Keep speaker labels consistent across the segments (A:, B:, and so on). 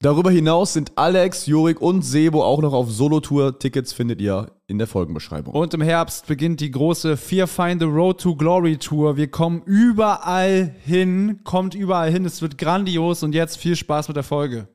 A: Darüber hinaus sind Alex, Jurik und Sebo auch noch auf Solo-Tour. Tickets findet ihr in der Folgenbeschreibung.
B: Und im Herbst beginnt die große Fear Find the Road to Glory Tour. Wir kommen überall hin, kommt überall hin. Es wird grandios und jetzt viel Spaß mit der Folge.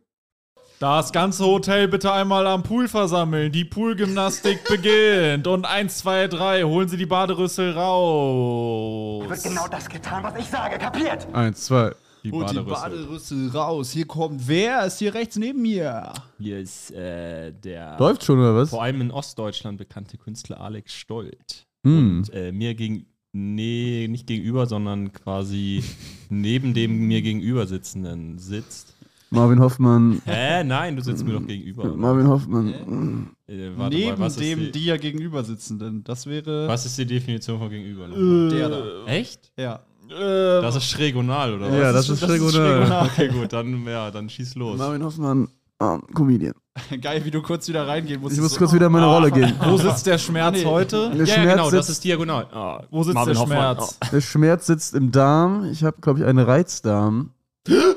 C: Das ganze Hotel bitte einmal am Pool versammeln. Die Poolgymnastik beginnt. Und eins, zwei, drei, holen Sie die Baderüssel raus.
D: wird genau das getan, was ich sage, kapiert?
E: Ah,
B: Eins, zwei.
C: Die
B: Und Oh, die Baderüssel raus. Hier kommt wer? Ist hier rechts neben mir?
F: Hier ist äh, der
A: Läuft schon, oder was?
F: vor allem in Ostdeutschland bekannte Künstler Alex Stolt.
A: Hm.
F: Äh, mir gegen. Nee, nicht gegenüber, sondern quasi neben dem mir gegenüber sitzenden sitzt.
A: Marvin Hoffmann. Äh,
F: Hä? Nein, du sitzt mir doch gegenüber. oder?
A: Marvin Hoffmann.
F: Äh, warte
B: neben
F: mal, was
B: dem
F: ist die,
B: dir gegenüber sitzenden. Das wäre
F: Was ist die Definition von gegenüber? nochmal?
B: der da.
F: Echt?
B: Ja. äh,
F: Das ist schrägonal, oder was?
A: Ja, das ist Schrägonal.
F: Okay, gut, dann, ja, dann schieß los.
A: Marvin Hoffmann, ah, Comedian.
B: Geil, wie du kurz wieder reingehen musst.
A: Ich muss kurz wieder in meine Rolle gehen.
F: Genau.
C: Wo sitzt der Schmerz heute?
A: Der
F: ja, ja,
A: Schmerz
F: genau, das
A: sitzt-
F: ist diagonal. Ah,
C: Wo sitzt
F: Marvin
C: der
F: Hoffmann.
C: Schmerz?
A: Der Schmerz sitzt im Darm. Ich habe, glaube ich, einen Reizdarm.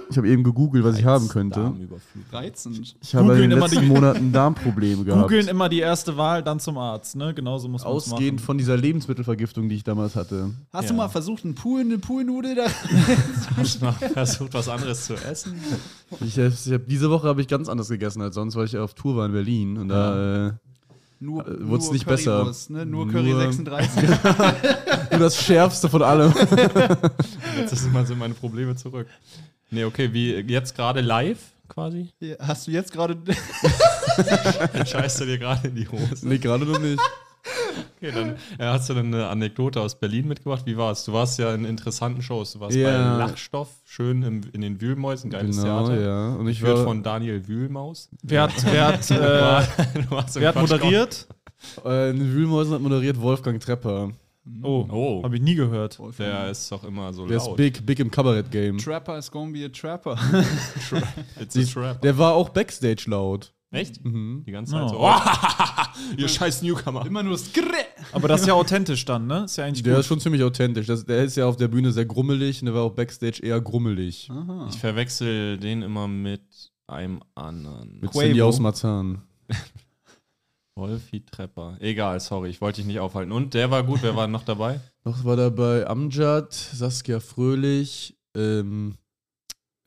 A: Ich habe eben gegoogelt, was ich haben könnte.
F: Darmüberflutung.
B: reizend.
A: Ich habe
C: Googeln
A: in den
C: immer
A: letzten
C: die-
A: Monaten Darmprobleme gehabt.
C: Googeln immer die erste Wahl, dann zum Arzt, ne? Genauso muss man
A: Ausgehend von dieser Lebensmittelvergiftung, die ich damals hatte.
B: Hast
F: Ja.
B: du mal versucht, einen Pool, eine Poolnudel da?
F: Hast mal versucht, was anderes zu essen?
A: Ich, äh, ich hab, diese Woche habe ich ganz anders gegessen als sonst, weil ich auf Tour war in Berlin und da äh,
B: Nur,
A: Äh, wurd's nicht besser.
B: Currywurst, Ne? Nur Curry
A: Nur-
B: 36.
A: nur das Schärfste von allem.
F: Jetzt sind mal- sind meine Probleme zurück. Nee, okay, wie jetzt gerade live quasi?
B: Hast du jetzt gerade.
F: Scheißt du dir gerade in die Hose?
A: nee, gerade noch nicht.
F: Okay, dann äh, hast du dann eine Anekdote aus Berlin mitgebracht. Wie war's? Du warst ja in interessanten Shows. Du warst
A: Ja.
F: bei Lachstoff, schön im, in den Wühlmäusen, geiles
A: Genau,
F: Theater.
A: ja. Und ich
F: Geführt
A: war
F: von Daniel Wühlmaus.
C: Wer hat, wer hat,
F: Du war-
C: äh,
F: du hast im
C: wer hat
F: Quatsch-
C: moderiert?
A: äh, in Wühlmäusen hat moderiert Wolfgang Trepper.
C: Oh,
F: Oh.
C: habe ich nie gehört.
F: Der ist doch immer so
A: Der
F: laut.
A: ist big, big im Kabarett-Game.
B: Trapper is gonna be a Trapper.
F: It's a trap.
A: Der Mhm. war auch Backstage laut.
F: Echt? Die ganze
C: Oh.
F: Zeit so. Oh, ihr scheiß Newcomer.
B: Immer nur Skrrr.
C: Aber das ist ja authentisch dann, ne? Ist ja eigentlich
B: Hm.
A: Der
C: gut.
A: ist schon ziemlich authentisch. Das, der ist ja auf der Bühne sehr grummelig und der war auch Backstage eher grummelig.
F: Ich verwechsel den immer mit einem anderen.
A: Mit
B: Quavo.
A: Cindy aus Marzahn.
F: Wolfi Trepper. Egal, sorry, ich wollte dich nicht aufhalten. Und der war gut, wer war noch dabei?
A: Noch war dabei Amjad, Saskia Fröhlich, ähm,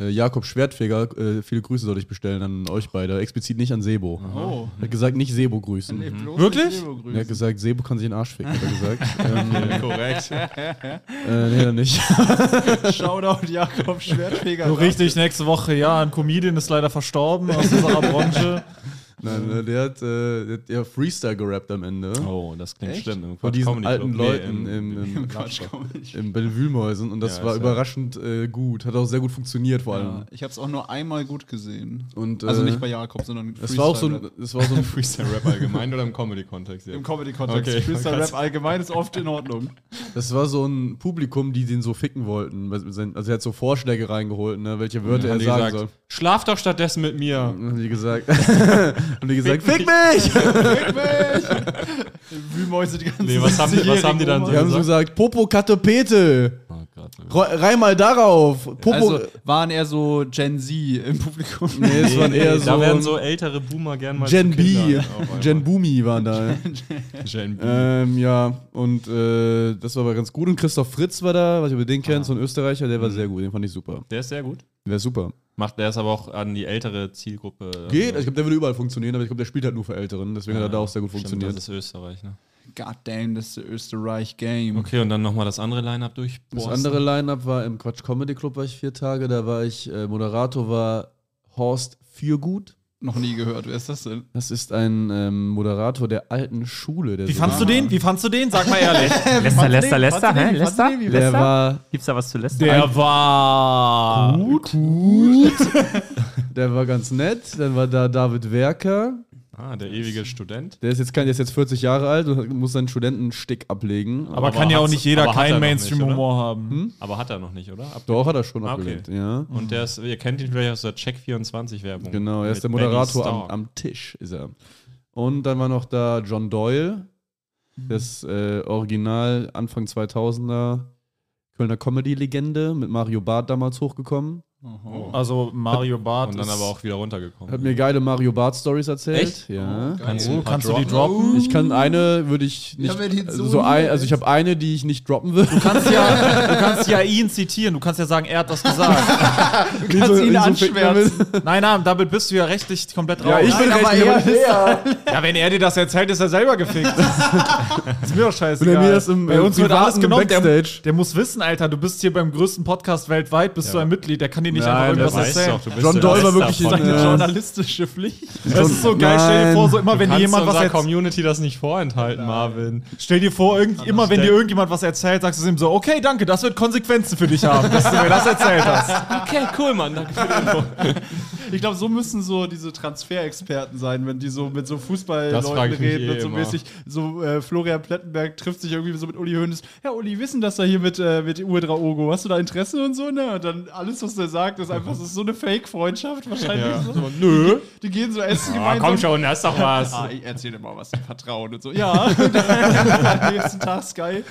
A: äh, Jakob Schwertfeger. Äh, viele Grüße soll ich bestellen an euch beide. Explizit nicht an Sebo.
B: Oh.
A: Er hat gesagt, nicht Sebo grüßen.
B: Nee, bloß
C: Wirklich?
B: nicht Lebergrüßen.
A: Er hat gesagt, Sebo kann sich den Arsch ficken, hat er gesagt. ähm,
F: Korrekt.
A: äh, nee, dann nicht. genau.
B: Shoutout Jakob Schwertfeger.
C: So richtig nächste Woche, ja. Ein Comedian ist leider verstorben aus unserer Branche.
A: Nein, äh, der hat, äh, der hat ja Freestyle gerappt am Ende.
F: Oh, das klingt
B: Echt?
F: schlimm. Im
A: Von
F: Quatsch
A: diesen
F: Comedy
A: alten
F: Club. Nee,
A: Leuten
F: im-
A: im, im, im,
B: Quatsch, komm ich.
A: im, bei den Wühlmäusen und das
F: Ja,
A: war
F: ist ja-
A: überraschend äh, gut. Hat auch sehr gut funktioniert vor allem.
B: Ja, ich hab's auch nur einmal gut gesehen.
A: Und,
B: also
A: äh,
B: nicht bei Jakob, sondern
A: Es war auch so ein,
B: Freestyle-Rap.
A: es war so ein
F: Freestyle-Rap allgemein oder im Comedy-Kontext?
B: Im Comedy-Kontext.
F: Okay.
B: Freestyle-Rap allgemein ist oft in Ordnung.
A: Das war so ein Publikum, die den so ficken wollten. Weil- Also er hat so Vorschläge reingeholt, ne, welche Wörter er
F: Mhm, haben die
A: sagen
F: gesagt,
A: soll. Hm.
F: schlaf doch stattdessen mit mir.
A: Und die gesagt, haben die gesagt, fick mich!
B: Wühlmäuse die ganze
F: Nee, was haben die- was haben die dann
A: Die haben so gesagt, Popo Katepete,
F: Oh Gott.
A: reim mal darauf. Popo.
B: Also waren eher so Gen Z im Publikum.
A: nee, es waren eher
F: da werden
A: so,
F: so halt ältere Boomer gern mal
A: Gen
F: zu
A: B,
F: Kindern auf einmal.
A: Gen Boomi waren da.
F: Gen B.
A: ähm, ja, und äh, das war aber ganz gut. Und Christoph Fritz war da, was ich über den kenne, so ein Österreicher, der war sehr gut, den fand ich super.
F: Der ist sehr gut.
A: Der ist super.
F: Macht, der ist aber auch an die ältere Zielgruppe.
A: Geht, also ich glaube, der würde überall funktionieren, aber ich glaube, der spielt halt nur für Älteren, deswegen hat er da auch sehr gut
F: Stimmt,
A: funktioniert.
F: das ist Österreich, ne?
B: God damn, das ist der Österreich-Game.
F: Okay, und dann nochmal das andere Line-Up durch.
A: Das andere Line-Up war im Quatsch Comedy Club, war ich vier Tage. Da war ich, äh, Moderator war Horst Fürgut.
B: Noch nie gehört. Wer ist das denn?
A: Das ist ein ähm, Moderator der alten Schule. Der
C: Wie
A: so-
C: fandst du den? Wie fandst du den? Sag mal ehrlich.
E: Lester, Lester, Lester, hä? Lester?
A: Der war,
E: Gibt's da was zu Lester?
C: Der war gut.
A: der war ganz nett. Dann war da David Werker.
F: Ah, der ewige Student.
A: Der ist jetzt, kein, der ist jetzt 40 Jahre alt und hat- muss seinen Studentenstick ablegen.
C: Aber,
F: Aber
C: kann ja auch
F: hat's-
C: nicht jeder
F: aber hat er
C: keinen
F: noch nicht,
C: Mainstream-Humor haben.
F: Aber hat er noch nicht, oder? Ab
A: Doch, hat er schon
F: Ah, okay.
A: abgelegt, ja.
F: Und der ist, ihr kennt ihn vielleicht aus der Check24-Werbung.
A: Hm. Genau, er ist
F: Mit
A: der
F: Benny
A: Moderator am,
F: Stark.
A: am Tisch, ist er. Und dann war noch da John Doyle, das äh, Original Anfang 2000er Kölner Comedy-Legende, mit Mario Barth damals hochgekommen.
C: Also Mario Barth
F: Und dann
C: ist-
F: aber auch wieder runtergekommen.
A: Hat mir geile Mario Barth-Stories erzählt.
F: Mhm. Echt? Oh,
A: Ja. Mhm.
F: Kannst du,
C: Oh, Kannst du die droppen?
A: Ich kann eine, würde ich nicht.
G: haben wir die
A: also
G: so
A: so
G: nie
A: ein, also ich habe eine, die ich nicht droppen will. Du
C: kannst ja, du kannst ja ihn zitieren, du kannst ja sagen, er hat das gesagt.
A: kannst
C: ihn anschwärzen. Oh, Nein, nein, damit bist du ja rechtlich komplett raus.
A: Ja, ich bin recht.
G: er,
C: Ja, wenn er dir das erzählt, ist er selber gefickt. ist mir doch scheißegal.
A: Wenn er mir das im-
C: Bei
A: im
C: uns wird
A: Privaten
C: alles genommen. Der,
A: Backstage-
C: der muss wissen, Alter, du bist hier beim größten Podcast weltweit, bist du ein Mitglied, der kann dir nicht
A: Nein,
C: einfach irgendwas
A: das
F: Weißt
C: erzählen.
F: doch, du bist
A: John
F: der
A: Doyle war
F: Beste
A: wirklich
F: davon.
A: ein- äh,
C: Eine
A: Ja.
C: journalistische Pflicht. Das ist so geil. Stell dir
A: Nein.
C: vor, so immer wenn dir
F: Kannst
C: jemand was
F: unserer
C: erzählt.
F: Community das nicht vorenthalten, Marvin.
C: Stell dir vor, irgend, immer wenn dir
F: stellen.
C: irgendjemand was erzählt, sagst du ihm so, okay, danke, das wird Konsequenzen für dich haben, dass du mir das erzählt hast.
F: Okay, cool, Mann. Danke für die Info.
B: Ich glaube, so müssen so diese Transferexperten sein, wenn die so mit so
F: Das frag
B: Fußballleuten
F: ich mich
B: reden
F: eh
B: und so
F: immer.
B: mäßig. So äh, Florian Plettenberg trifft sich irgendwie so mit Uli Hoeneß. Ja, Uli, wissen das da hier mit, äh, mit Uedraogo? Hast du da Interesse und so? Ne? Und dann alles, was der sagt, ist einfach das ist so eine Fake-Freundschaft wahrscheinlich. So,
F: Nö.
B: die gehen so essen
F: Ah,
B: gemeinsam.
F: komm schon, da ist doch was.
B: Ah, ich erzähle dir mal was, Vertrauen und so. Ja, und dann am nächsten Tag Sky.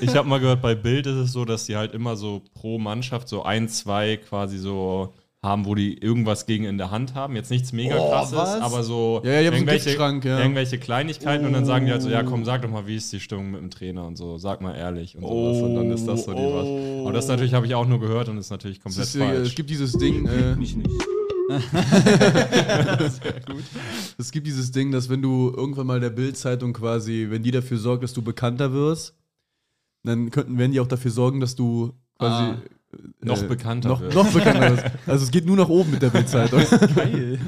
F: Ich habe mal gehört, bei Bild ist es so, dass die halt immer so pro Mannschaft so ein, zwei quasi so haben, wo die irgendwas gegen in der Hand haben. Jetzt nichts mega krasses,
A: was?
F: aber so
A: Ja, ja, die haben so einen
F: irgendwelche,
A: Giftschrank, ja.
F: irgendwelche Kleinigkeiten und dann sagen die halt so, ja komm, sag doch mal, wie ist die Stimmung mit dem Trainer und so, sag mal ehrlich und sowas. Und dann ist das so die was. Aber das natürlich habe ich auch nur gehört und ist natürlich komplett
A: Es, ist, äh,
F: falsch.
A: es gibt dieses Ding. Äh, Es gibt dieses Ding, dass wenn du irgendwann mal der Bild-Zeitung quasi, wenn die dafür sorgt, dass du bekannter wirst, dann könnten werden die auch dafür sorgen, dass du quasi äh,
F: Ah, noch bekannter
A: noch,
F: wird.
A: noch bekannter wirst. Also es geht nur nach oben mit der Bild-Zeitung. Geil.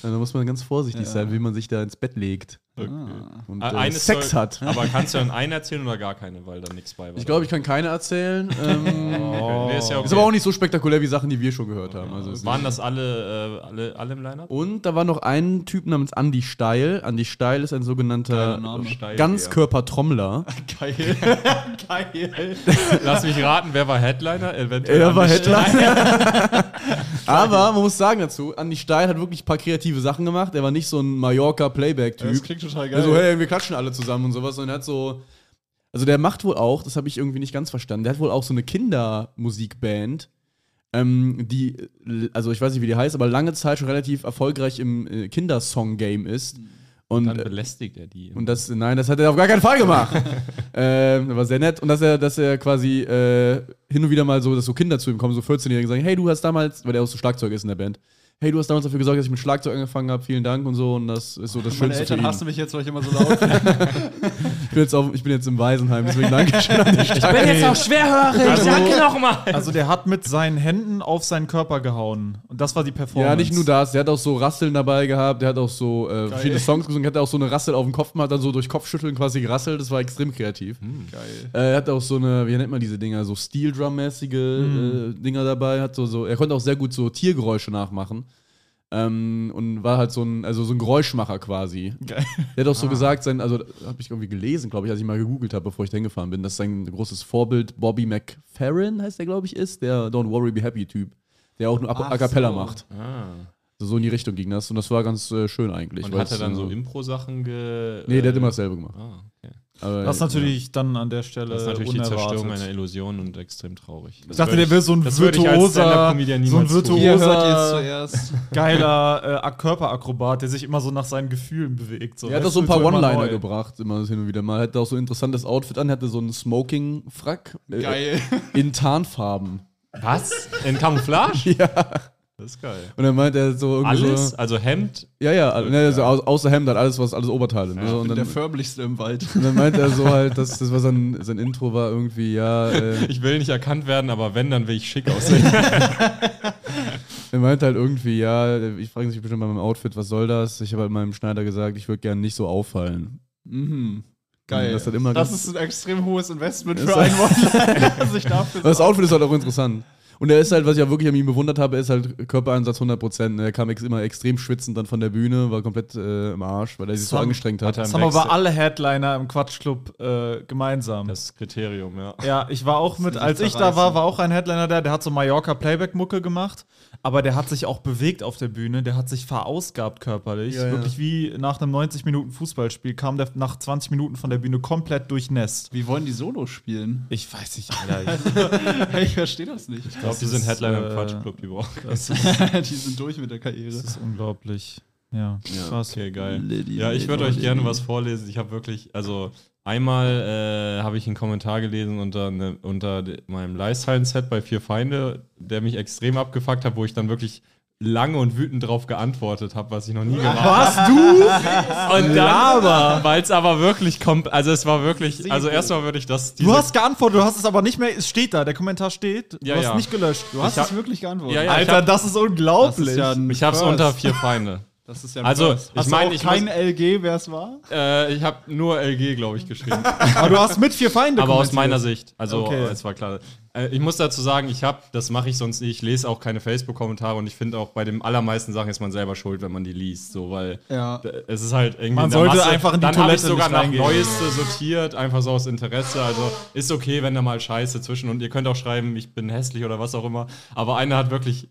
A: Da muss man ganz vorsichtig sein, wie man sich da ins Bett legt und
F: Ah,
A: äh,
F: eines
A: Sex
F: soll-
A: hat.
F: Aber kannst du dann einen erzählen oder gar keine, weil dann nichts bei war?
A: Ich glaube, ich kann keine erzählen. Ähm,
F: okay. nee, ist ja okay.
A: Ist aber auch nicht so spektakulär wie Sachen, die wir schon gehört haben. Also es ist-
F: Waren das alle, äh, alle, alle im Line-Up?
A: Und da war noch ein Typ namens Andy Steil. Andy Steil ist ein sogenannter
F: Steil,
A: Ganzkörpertrommler.
B: Geil. Geil.
F: Lass mich raten, wer war Headliner? Eventuell
A: Er war
F: nicht.
A: Headliner. Aber man muss sagen dazu, Andy Steil hat wirklich ein paar kreative Sachen gemacht. Er war nicht so ein
B: Das
A: Mallorca-Playback-Typ.
B: klingt total geil.
A: Also, hey, wir klatschen alle zusammen und sowas. Und er hat so. Also, der macht wohl auch, das habe ich irgendwie nicht ganz verstanden, der hat wohl auch so eine Kindermusikband. Ähm, die, äh, also ich weiß nicht, wie die heißt, aber lange Zeit schon relativ erfolgreich im äh, Kindersong-Game ist.
B: Mhm.
A: Und,
F: Dann
A: äh,
F: belästigt er die.
A: Und das, nein, das hat er auf gar keinen Fall gemacht. ähm, das war sehr nett. Und dass er, dass er quasi äh, hin und wieder mal so, dass so Kinder zu ihm kommen, so 14-Jährige sagen, hey, du hast damals, weil er auch so Schlagzeug ist in der Band, hey, du hast damals dafür gesorgt, dass ich mit Schlagzeug angefangen habe, vielen Dank und so. Und das ist so das Schönste
B: Meine
A: für
B: Eltern
A: ihn.
B: hassen mich jetzt, weil ich immer so laut bin.
A: Ich bin, jetzt auf, ich bin jetzt im Waisenheim, deswegen danke schön an dich.
E: Ich bin jetzt auch schwerhörig. Danke nochmal.
C: Also der hat mit seinen Händen auf seinen Körper gehauen. Und das war die Performance.
A: Ja, nicht nur das, der hat auch so Rasseln dabei gehabt, der hat auch so äh, verschiedene Songs gesungen, hat auch so eine Rassel auf dem Kopf, man hat dann so durch Kopfschütteln quasi gerasselt, das war extrem kreativ. Geil. Äh, er hat auch so eine, wie nennt man diese Dinger, so Steel Drum-mäßige äh, Dinger dabei, hat so, so, er konnte auch sehr gut so Tiergeräusche nachmachen. Ähm, und war halt so ein, also so ein Geräuschmacher quasi. Geil. Der hat auch so gesagt, sein, also habe ich irgendwie gelesen, glaube ich, als ich mal gegoogelt habe, bevor ich dahin gefahren bin, dass sein großes Vorbild Bobby McFerrin heißt der, glaube ich, ist, der Don't Worry Be Happy Typ, der auch nur A, A cappella macht.
F: ah.
A: Also so in die Richtung ging das und das war ganz äh, schön eigentlich.
F: Und
A: weil
F: hat er
A: es,
F: dann
A: äh,
F: so
C: ne?
F: Impro-Sachen ge.
A: Nee, der hat
F: äh,
A: immer dasselbe gemacht.
F: Ah, okay.
A: Aber,
C: Das ist natürlich dann an der Stelle
F: Das ist natürlich
C: Äh, unerwartet.
F: die Zerstörung einer Illusion und extrem traurig.
C: Ich dachte, der will so ein
F: das würde ich als
C: virtuoser,
F: Stand-up-Comedian
C: so ein
F: niemals tun.
B: Ihr hört jetzt
C: virtuoser
B: zuerst.
C: geiler äh, Körperakrobat, der sich immer so nach seinen Gefühlen bewegt. So.
A: Er hat
C: Weißt
A: auch so ein
C: du,
A: paar
C: immer
A: One-Liner
C: neu.
A: gebracht, immer hin und wieder mal. Hat auch so ein interessantes Outfit an, hatte so einen Smoking-Frack äh,
B: Geil.
A: in Tarnfarben.
F: Was? In Camouflage? ja. Das ist geil.
A: Und dann meint er so irgendwie
F: Alles?
A: so.
F: Also Hemd?
A: Ja, ja, ne, also au- außer Hemd hat alles, was alles Oberteile. Ne? Und,
B: Und
A: dann,
B: der
A: und
B: förmlichste im Wald.
A: dann meint er so halt, dass das war sein, sein Intro war irgendwie, ja, äh,
F: Ich will nicht erkannt werden, aber wenn, dann will ich schick aussehen.
A: Er meinte halt irgendwie, ja, ich frage mich bestimmt bei meinem Outfit, was soll das? Ich habe halt meinem Schneider gesagt, ich würde gerne nicht so auffallen. Mhm.
B: Geil.
A: Das, hat immer
B: Das
A: ganz-
B: ist ein extrem hohes Investment
A: Das
B: für
A: ist-
B: einen One-Liner, sich dafür
A: das Outfit ist halt auch interessant. Und er ist halt, was ich ja wirklich an ihm bewundert habe, er ist halt Körperansatz 100%. Ne? Er kam ex immer extrem schwitzend dann von der Bühne, war komplett äh, im Arsch, weil er sich so
C: haben-
A: angestrengt hat.
C: Das haben aber alle Headliner im Quatschclub äh, gemeinsam.
F: Das Kriterium, ja.
C: Ja, ich war auch mit, als ich da war, war auch ein Headliner da, der hat so Mallorca Playback-Mucke gemacht, aber der hat sich auch bewegt auf der Bühne, der hat sich verausgabt körperlich.
A: Ja, ja.
C: Wirklich wie nach einem 90-Minuten-Fußballspiel kam der nach 20 Minuten von der Bühne komplett durchnässt.
B: Wie wollen die Solo spielen?
C: Ich weiß nicht, Alter.
B: ich verstehe das nicht.
F: Ich glaube, die
C: ist,
F: sind Headliner
C: äh,
F: im Quatschclub, die brauchen.
C: das, ist,
B: die sind durch mit der Karriere.
C: das ist unglaublich. Ja, krass.
F: Okay, geil.
B: Lady,
F: ja, ich
B: Lady,
F: würde euch
B: Lady.
F: gerne was vorlesen. Ich habe wirklich, also einmal äh, habe ich einen Kommentar gelesen unter, ne, unter de- meinem Lifestyle-Set bei Vier Feinde, der mich extrem abgefuckt hat, wo ich dann wirklich lange und wütend drauf geantwortet habe, was ich noch nie gemacht habe.
C: Was, du?
F: Und dann, weil es aber wirklich kommt, also es war wirklich, also erstmal würde ich das, diese,
C: Du hast geantwortet, du hast es aber nicht mehr, es steht da, der Kommentar steht, du
F: Ja,
C: hast
F: ja.
C: nicht gelöscht. Du hast
B: Hast du es wirklich geantwortet?
F: Ja, ja. ich
C: Alter,
F: hab-
C: das ist unglaublich.
B: ein
F: ich habe es
B: First.
F: unter Vier Feinde.
B: Das ist ja ein
F: Also,
B: First.
F: ich
B: Hast du
F: meine,
B: auch
F: ich
B: kein
F: muss-
B: LG, wer es war?
F: Äh, ich habe nur LG, glaube ich, geschrieben.
C: aber du hast mit vier Feinde
F: Aber aus
C: kommentiert.
F: meiner Sicht. Also,
C: Okay.
F: äh, es war klar. Äh, Ich muss dazu sagen, ich habe, das mache ich sonst nicht, ich lese auch keine Facebook-Kommentare und ich finde auch bei den allermeisten Sachen ist man selber schuld, wenn man die liest. So, weil
B: Ja.
F: d- es ist halt irgendwie.
C: Man
F: in der
C: sollte einfach in die
F: Dann habe ich
C: Toilette
F: sogar
C: nicht
F: nach
C: reingehen.
F: Neueste sortiert, einfach so aus Interesse. Also ist okay, wenn da mal Scheiße zwischen und ihr könnt auch schreiben, ich bin hässlich oder was auch immer. Aber einer hat wirklich.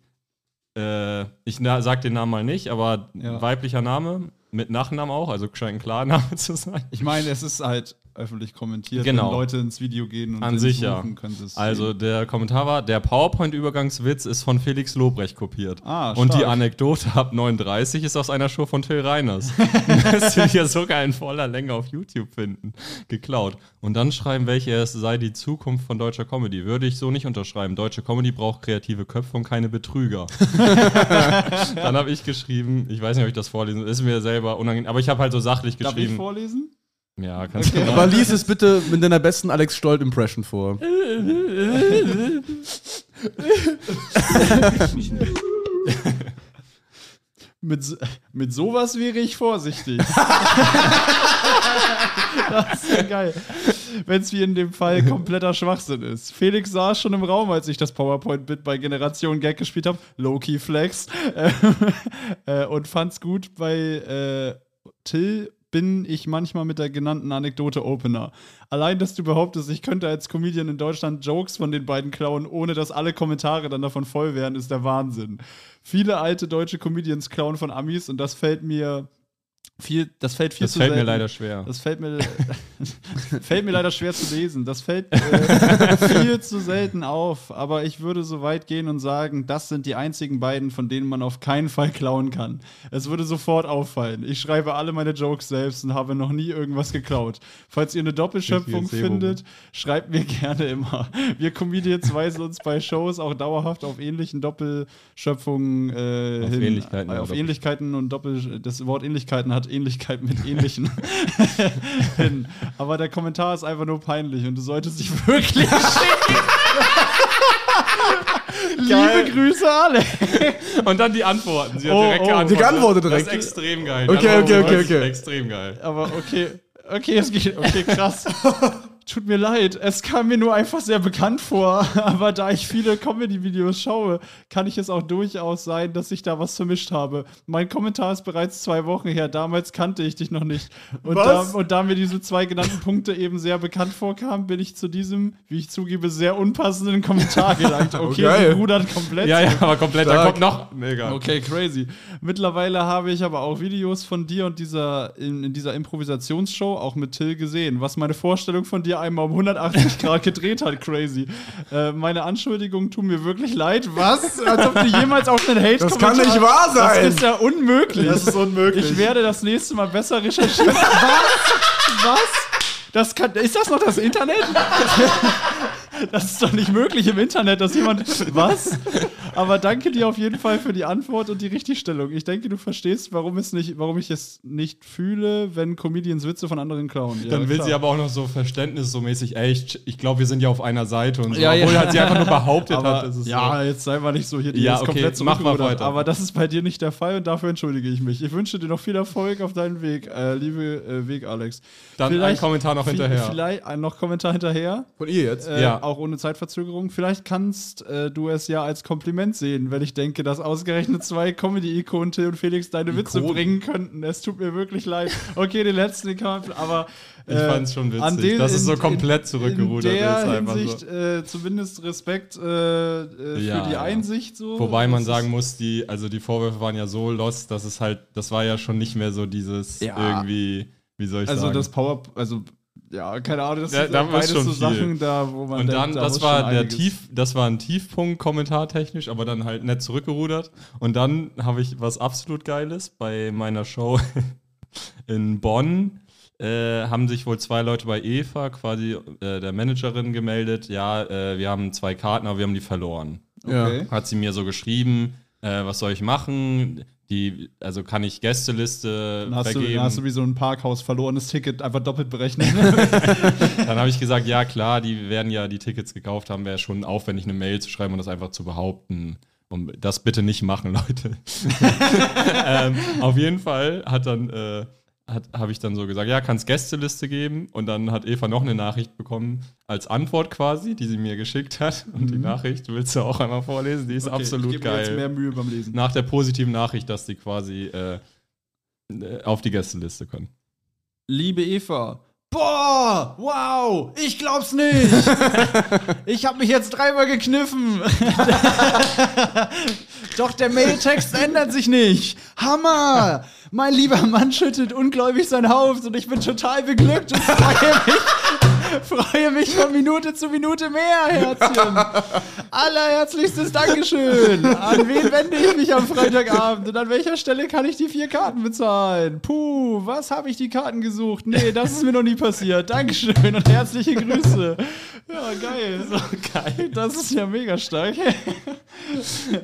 F: Äh, ich na, sag den Namen mal nicht, aber
B: Ja.
F: weiblicher Name, mit Nachnamen auch, also scheint ein Klarname zu sein.
B: Ich meine, es ist halt öffentlich kommentiert,
F: Genau.
B: wenn Leute ins Video gehen und
F: An
B: den
F: sich ja.
B: suchen, können sie es
F: Also
B: sehen.
F: der Kommentar war, der PowerPoint-Übergangswitz ist von Felix Lobrecht kopiert.
B: Ah,
F: Und die
B: stark.
F: Anekdote ab 39 ist aus einer Show von Till Reiners. Müsst ihr ja sogar in voller Länge auf YouTube finden. Geklaut. Und dann schreiben welche, es sei die Zukunft von deutscher Comedy. Würde ich so nicht unterschreiben. Deutsche Comedy braucht kreative Köpfe und keine Betrüger. dann habe ich geschrieben, ich weiß nicht, ob ich das vorlesen, ist mir selber unangenehm, aber ich habe halt so sachlich
B: Darf ich
F: geschrieben.
B: vorlesen?
F: ja, kannst du
A: Aber lies es bitte mit deiner besten Alex Stolt-Impression vor.
B: Mit, so- mit sowas wäre ich vorsichtig. das ist ja geil. Wenn es wie in dem Fall kompletter Schwachsinn ist. Felix saß schon im Raum, als ich das PowerPoint-Bit bei Generation Gag gespielt habe. Low-Key Flex. Ähm, äh, und fand's gut bei äh, Till bin ich manchmal mit der genannten Anekdote Opener. Allein, dass du behauptest, ich könnte als Comedian in Deutschland Jokes von den beiden klauen, ohne dass alle Kommentare dann davon voll wären, ist der Wahnsinn. Viele alte deutsche Comedians klauen von Amis und das fällt mir viel, das fällt viel
F: Das
B: zu
F: fällt mir
B: selten.
F: leider schwer.
B: Das fällt mir, fällt mir leider schwer zu lesen. Das fällt äh, viel zu selten auf. Aber ich würde so weit gehen und sagen, das sind die einzigen beiden, von denen man auf keinen Fall klauen kann. Es würde sofort auffallen. Ich schreibe alle meine Jokes selbst und habe noch nie irgendwas geklaut. Falls ihr eine Doppelschöpfung
F: Richtiges Serum.
B: findet, schreibt mir gerne immer. Wir Comedians weisen uns bei Shows auch dauerhaft auf ähnlichen Doppelschöpfungen äh,
F: Auf
B: hin.
F: Ähnlichkeiten,
B: Äh,
F: ja,
B: auf
F: Doppel-
B: Ähnlichkeiten und Doppel. Das Wort Ähnlichkeiten hat Ähnlichkeit mit Ähnlichen hin. Aber der Kommentar ist einfach nur peinlich und du solltest dich wirklich schämen. Liebe Grüße, Alex.
F: Und dann die Antworten. Sie hat
B: Oh,
F: direkt
B: oh.
F: geantwortet.
A: Die geantwortet direkt.
F: Das ist extrem geil.
A: Okay,
F: Die Antworten
A: okay, okay,
F: ist
A: okay.
F: Extrem geil.
B: Aber okay, okay, es geht. Okay, krass. Tut mir leid, es kam mir nur einfach sehr bekannt vor, aber da ich viele Comedy-Videos schaue, kann ich es auch durchaus sein, dass ich da was vermischt habe. Mein Kommentar ist bereits zwei Wochen her, damals kannte ich dich noch nicht. Und, da,
C: Was?
B: und da mir diese zwei genannten Punkte eben sehr bekannt vorkamen, bin ich zu diesem, wie ich zugebe, sehr unpassenden Kommentar gelangt. Okay,
A: Geil.
B: sie rudern komplett
F: Ja, ja, aber komplett. Da
A: Stark.
F: kommt noch. Mega.
B: Okay, crazy. Mittlerweile habe ich aber auch Videos von dir und dieser in, in dieser Improvisationsshow auch mit Till gesehen, was meine Vorstellung von dir einmal um 180 Grad gedreht hat, crazy. Äh, meine Anschuldigungen tun mir wirklich leid. Was? Als ob du jemals auf einen Hate
A: Das kann nicht wahr sein.
B: Das ist ja unmöglich.
C: Das ist unmöglich.
B: Ich werde das nächste Mal besser recherchieren. Was? Was? Das kann, ist das noch das Internet? Das ist doch nicht möglich im Internet, dass jemand. Was? Aber danke dir auf jeden Fall für die Antwort und die Richtigstellung. Ich denke, du verstehst, warum, es nicht, warum ich es nicht fühle, wenn Comedians Witze von anderen klauen. Ja,
F: Dann will
B: klar.
F: sie aber auch noch so verständnis so mäßig, ey, ich, ich glaube, wir sind ja auf einer Seite und so.
A: Ja, ja.
F: Obwohl halt sie einfach nur behauptet hat,
B: aber,
F: dass es so.
B: ja, jetzt sei mal nicht so hier, die
F: Ja,
B: ist
F: okay,
B: komplett
F: mach mal
B: zurückgerudert.
F: weiter.
B: Aber das ist bei dir nicht der Fall und dafür entschuldige ich mich. Ich wünsche dir noch viel Erfolg auf deinem Weg, äh, liebe äh, Weg, Alex.
F: Dann ein Kommentar noch
B: vi-
F: hinterher.
B: Vielleicht ein noch Kommentar hinterher.
A: Von ihr jetzt?
B: Äh,
F: Ja.
B: Auch ohne Zeitverzögerung. Vielleicht kannst äh, du es ja als Kompliment sehen, wenn ich denke, dass ausgerechnet zwei Comedy-Ikonen Till und Felix deine Witze bringen könnten. Es tut mir wirklich leid. Okay, den letzten, den kann man. Aber äh,
F: Ich fand's schon witzig, dass es so komplett zurückgerudert
B: in der
F: ist, einfach
B: Hinsicht, äh, zumindest Respekt äh, äh,
F: Ja,
B: für die
F: ja.
B: Einsicht. So.
F: Wobei man
B: Das
F: sagen
B: ist-
F: muss, die, also die Vorwürfe waren ja so lost, dass es halt, das war ja schon nicht mehr so dieses irgendwie, wie soll ich
B: also
F: sagen.
B: das Power, also ja, keine Ahnung, das
F: Ja,
B: sind
F: da war
B: beides
F: schon
B: so
F: viel.
B: Sachen da, wo man
F: und
B: denkt,
F: dann,
B: da
F: das
B: muss
F: war
B: schon
F: der
B: einiges-
F: Tief, das war ein Tiefpunkt kommentartechnisch, aber dann halt nett zurückgerudert. Und dann habe ich was absolut Geiles bei meiner Show in Bonn. Äh, haben sich wohl zwei Leute bei Eva, quasi äh, der Managerin, gemeldet. Ja, äh, wir haben zwei Karten, aber wir haben die verloren.
B: Okay.
F: hat sie mir so geschrieben, äh, was soll ich machen? Die, also kann ich Gästeliste
B: Dann hast, du,
F: vergeben?
B: dann hast du wie so ein Parkhaus verlorenes Ticket einfach doppelt berechnet.
F: Dann habe ich gesagt, ja klar, die werden ja die Tickets gekauft haben, wäre schon aufwendig, eine Mail zu schreiben und das einfach zu behaupten. Und das bitte nicht machen, Leute. ähm, auf jeden Fall hat dann äh, hat, habe ich dann so gesagt, ja, kann es Gästeliste geben? Und dann hat Eva noch eine Nachricht bekommen als Antwort quasi, die sie mir geschickt hat. Und die Nachricht willst du auch einmal vorlesen, die ist absolut
B: Mhm. ich geb mir
F: geil.
B: Jetzt mehr Mühe beim Lesen.
F: nach der positiven Nachricht, dass die quasi äh, auf die Gästeliste können.
B: Liebe Eva. Boah, wow, ich glaub's nicht. ich habe mich jetzt dreimal gekniffen. Doch der Mailtext ändert sich nicht. Hammer! Mein lieber Mann schüttelt ungläubig sein Haupt und ich bin total beglückt und freue mich, freue mich von Minute zu Minute mehr, Herzchen. Allerherzlichstes Dankeschön. An wen wende ich mich am Freitagabend und an welcher Stelle kann ich die vier Karten bezahlen? Puh, was habe ich die Karten gesucht? Nee, das ist mir noch nie passiert. Dankeschön und herzliche Grüße. Ja, geil. geil. Das ist ja mega stark.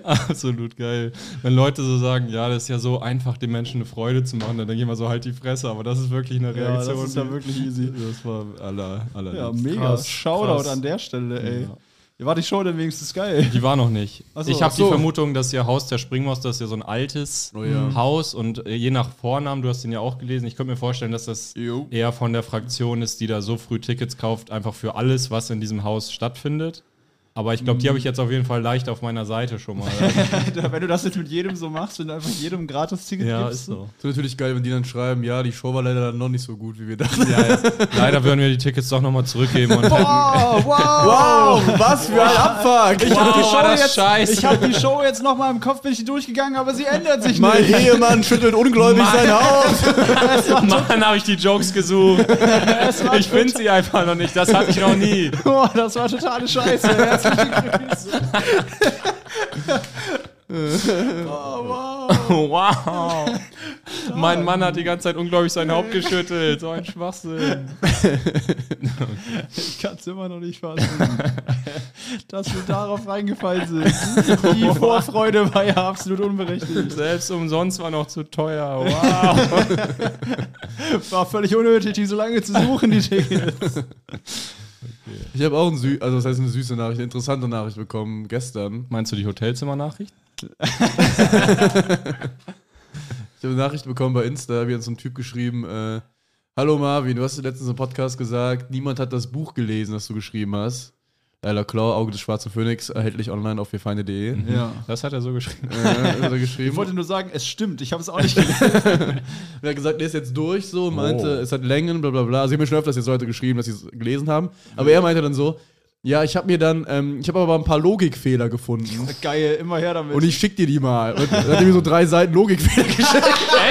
F: Absolut geil. Wenn Leute so sagen, ja, das ist ja so einfach, den Menschen eine Freude zu machen, dann denke ich immer so halt die Fresse, aber das ist wirklich eine
B: Ja, das
F: Reaktion.
B: ist ja
F: die-
B: wirklich easy.
F: Das war aller, aller
B: Ja, mega. Shoutout an der Stelle, ey. Ja. war die Show denn wenigstens geil.
F: Die war noch nicht.
B: Ach so,
F: ich habe
B: ach so. Oh
F: die Vermutung, dass ihr Haus der Springmaus, das ist ja so ein altes Haus und äh, je nach Vornamen, du hast den ja auch gelesen, ich könnte mir vorstellen, dass das eher von der Fraktion ist, die da so früh Tickets kauft, einfach für alles, was in diesem Haus stattfindet. Aber ich
B: Mhm.
F: glaube, die habe ich jetzt auf jeden Fall leicht auf meiner Seite schon mal.
B: Wenn du das jetzt mit jedem so machst, wenn du einfach jedem ein Gratis-Ticket
F: ja,
B: gibst.
F: ist so.
A: Ist natürlich geil, wenn die dann schreiben, ja, die Show war leider noch nicht so gut, wie wir dachten.
F: Leider würden wir die Tickets doch nochmal zurückgeben. Und
B: Oh, wow!
A: Wow, was für ein Abfuck!
B: Ich habe die,
F: war das
B: Show jetzt-
F: scheiße.
B: ich hab die Show jetzt nochmal im Kopf, bin ich durchgegangen, aber sie ändert sich
A: mein
B: nicht.
A: Ehemann schüttelt ungläubig sein Haupt.
F: Mann, habe ich die Jokes gesucht. ich finde sie einfach noch nicht. Das hatte ich noch nie.
B: Boah, das war totale Scheiße. Herzliche Grüße.
F: Wow. mein Mann hat die ganze Zeit unglaublich sein Haupt geschüttelt. So ein Schwachsinn.
B: Ich kann's immer noch nicht fassen, dass wir darauf reingefallen sind. Die Vorfreude war ja absolut unberechtigt.
F: Selbst umsonst war noch zu teuer. Wow.
B: War völlig unnötig, die so lange zu suchen, die Dinge.
A: Ich habe auch eine, sü also, das heißt eine süße Nachricht, eine interessante Nachricht bekommen gestern.
F: Meinst du die Hotelzimmernachricht?
A: Ich habe eine Nachricht bekommen bei Insta, wie hat so ein Typ geschrieben, äh, Hallo Marvin, du hast letztens im Podcast gesagt, niemand hat das Buch gelesen, das du geschrieben hast. Leider Klau, Auge des schwarzen Phönix, erhältlich online auf wirfeinde.de.
B: Ja.
F: Das hat er so geschrieben.
A: Äh, hat er geschrieben.
B: Ich wollte nur sagen, es stimmt, ich habe es auch nicht gelesen.
A: Und er hat gesagt, der ist jetzt durch, so, und meinte,
F: Oh.
A: es hat Längen, bla bla bla. Also, ich habe mir schon öfters jetzt Leute geschrieben, dass sie es gelesen haben. Aber er meinte dann so, ja, ich habe mir dann, ähm, ich habe aber ein paar Logikfehler
B: Oh
A: gefunden.
B: Geil, immer her damit.
A: Und ich schick dir die mal. Und er hat mir so drei Seiten Logikfehler geschickt.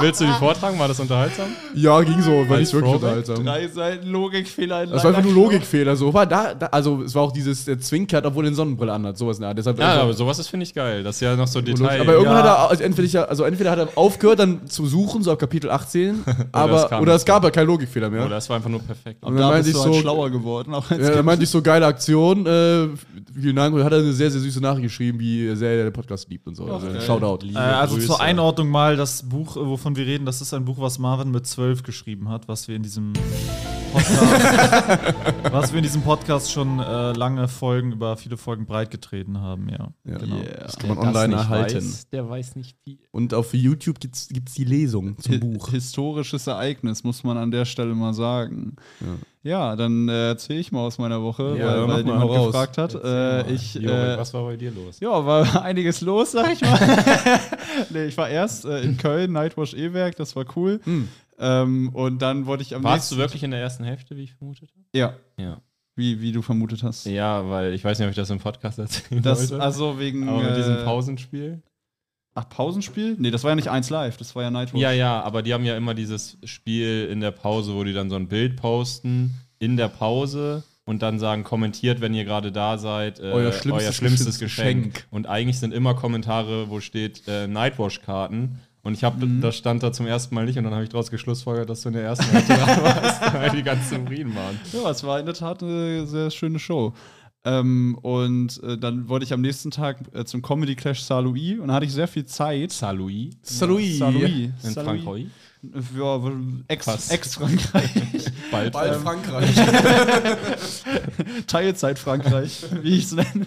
F: Willst du die vortragen? War das unterhaltsam?
A: Ja, ging so, war nicht wirklich
F: Als Throwback?
A: unterhaltsam.
B: Drei Seiten Logikfehler in
A: Das war einfach nur Logikfehler, so. War da, da, also, es war auch dieses, der zwinkert, obwohl er eine Sonnenbrille anhat, sowas. in der Art. deshalb
F: Ja, aber sowas ist, finde ich, geil. Das ist ja noch so Detail.
A: aber irgendwann
B: Ja.
A: hat er, also entweder, also entweder hat er aufgehört, dann zu suchen, so ab Kapitel 18, aber,
F: es kam
A: oder es
F: nicht.
A: gab halt keinen Logikfehler mehr.
F: Oder es Oh, war einfach nur perfekt.
A: Und dann meinte ich so,
B: halt schlauer geworden. Auch als
A: Ja, da meinte ich so, geile Aktion. Äh, vielen Dank. Und hat er eine sehr, sehr süße Nachricht geschrieben, wie sehr er den Podcast liebt und so. Also, Shoutout.
C: Äh, also zur Einordnung mal, das Buch, äh, wovon wir reden, das ist ein Buch, was Marvin mit 12 geschrieben hat, was wir in diesem Podcast, was wir in diesem Podcast schon äh, lange Folgen, über viele Folgen breitgetreten haben, ja.
A: Ja,
C: Genau.
A: Das kann man online erhalten.
E: Weiß, der weiß nicht viel.
A: Und auf YouTube gibt es die Lesung zum Buch.
B: Historisches Ereignis, muss man an der Stelle mal sagen. Ja, dann äh, erzähle ich mal aus meiner Woche,
A: Ja,
B: weil,
A: mach
B: weil
A: mal
B: jemand
A: raus.
B: gefragt hat. Äh, ich, äh,
F: was war bei dir los?
B: ja, war einiges los, sag ich mal. nee, ich war erst äh, in Köln, Nightwash E-Werk, das war cool. Ähm, und dann wollte ich am
F: Warst du
B: nächsten...
F: wirklich in der ersten Hälfte, wie ich vermutet habe?
B: Ja,
F: Ja.
B: wie, wie du vermutet hast.
F: Ja, weil ich weiß nicht, ob ich das im Podcast erzählen
B: Das,
F: wollte.
B: also wegen...
F: aber mit diesem
B: äh,
F: Pausenspiel?
B: Ach, Pausenspiel? Nee, das war ja nicht 1 live, das war ja Nightwatch.
F: Ja, ja, aber die haben ja immer dieses Spiel in der Pause, wo die dann so ein Bild posten, in der Pause und dann sagen, kommentiert, wenn ihr gerade da seid, äh,
A: Euer schlimmstes
F: Geschenk.
A: Geschenk.
F: Und eigentlich sind immer Kommentare, wo steht äh, Nightwash-Karten. Und ich habe, das stand da zum ersten Mal nicht und dann habe ich daraus geschlussfolgert, dass du in der ersten Hälfte da warst, weil die ganz zufrieden waren.
B: Ja, es war in der Tat eine sehr schöne Show. Ähm, und äh, dann wollte ich am nächsten Tag äh, zum Comedy Clash Saint-Louis und da hatte ich sehr viel Zeit.
F: Saloui
A: Salut.
B: Saint-Louis.
F: in
B: Saint-Louis.
F: Frankreich.
B: Ja, ex,
F: Fast.
B: ex Frankreich.
F: Bald. ähm,
A: Bald Frankreich.
B: Teilzeit Frankreich, wie ich es nenne.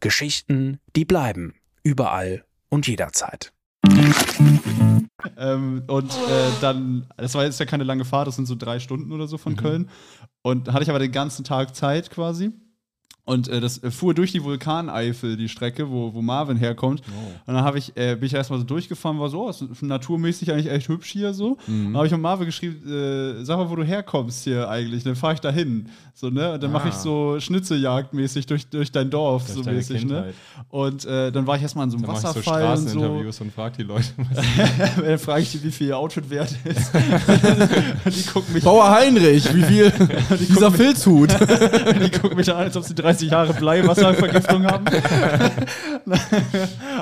G: Geschichten, die bleiben. Überall und jederzeit.
B: Ähm, und äh, dann, das war jetzt ja keine lange Fahrt, das sind so drei Stunden oder so von
F: Mhm.
B: Köln. Und da hatte ich aber den ganzen Tag Zeit quasi. Und äh, das äh, fuhr durch die Vulkaneifel, die Strecke, wo, wo Marvin herkommt.
F: Oh.
B: Und dann hab ich, äh, bin ich erstmal so durchgefahren, war so, oh, ist naturmäßig eigentlich echt hübsch hier so.
F: Mhm.
B: Dann habe ich an Marvin geschrieben, äh, sag mal, wo du herkommst hier eigentlich. Dann fahre ich da hin. So, ne? Und dann mache ich so Schnitzeljagdmäßig durch, durch dein Dorf, so
F: Ah. deine
B: mäßig, ne?
F: Kindheit.
B: Und äh, dann war ich erstmal in so einem
F: Da mache ich so
B: Wasserfall und so.
F: Straßeninterviews und frag die Leute, was
B: Dann frage ich die, wie viel ihr Outfit wert ist. die gucken mich,
A: Bauer Heinrich, wie viel? dieser Filzhut.
B: die gucken mich an, als ob sie 30 Jahre Bleiwasservergiftung haben.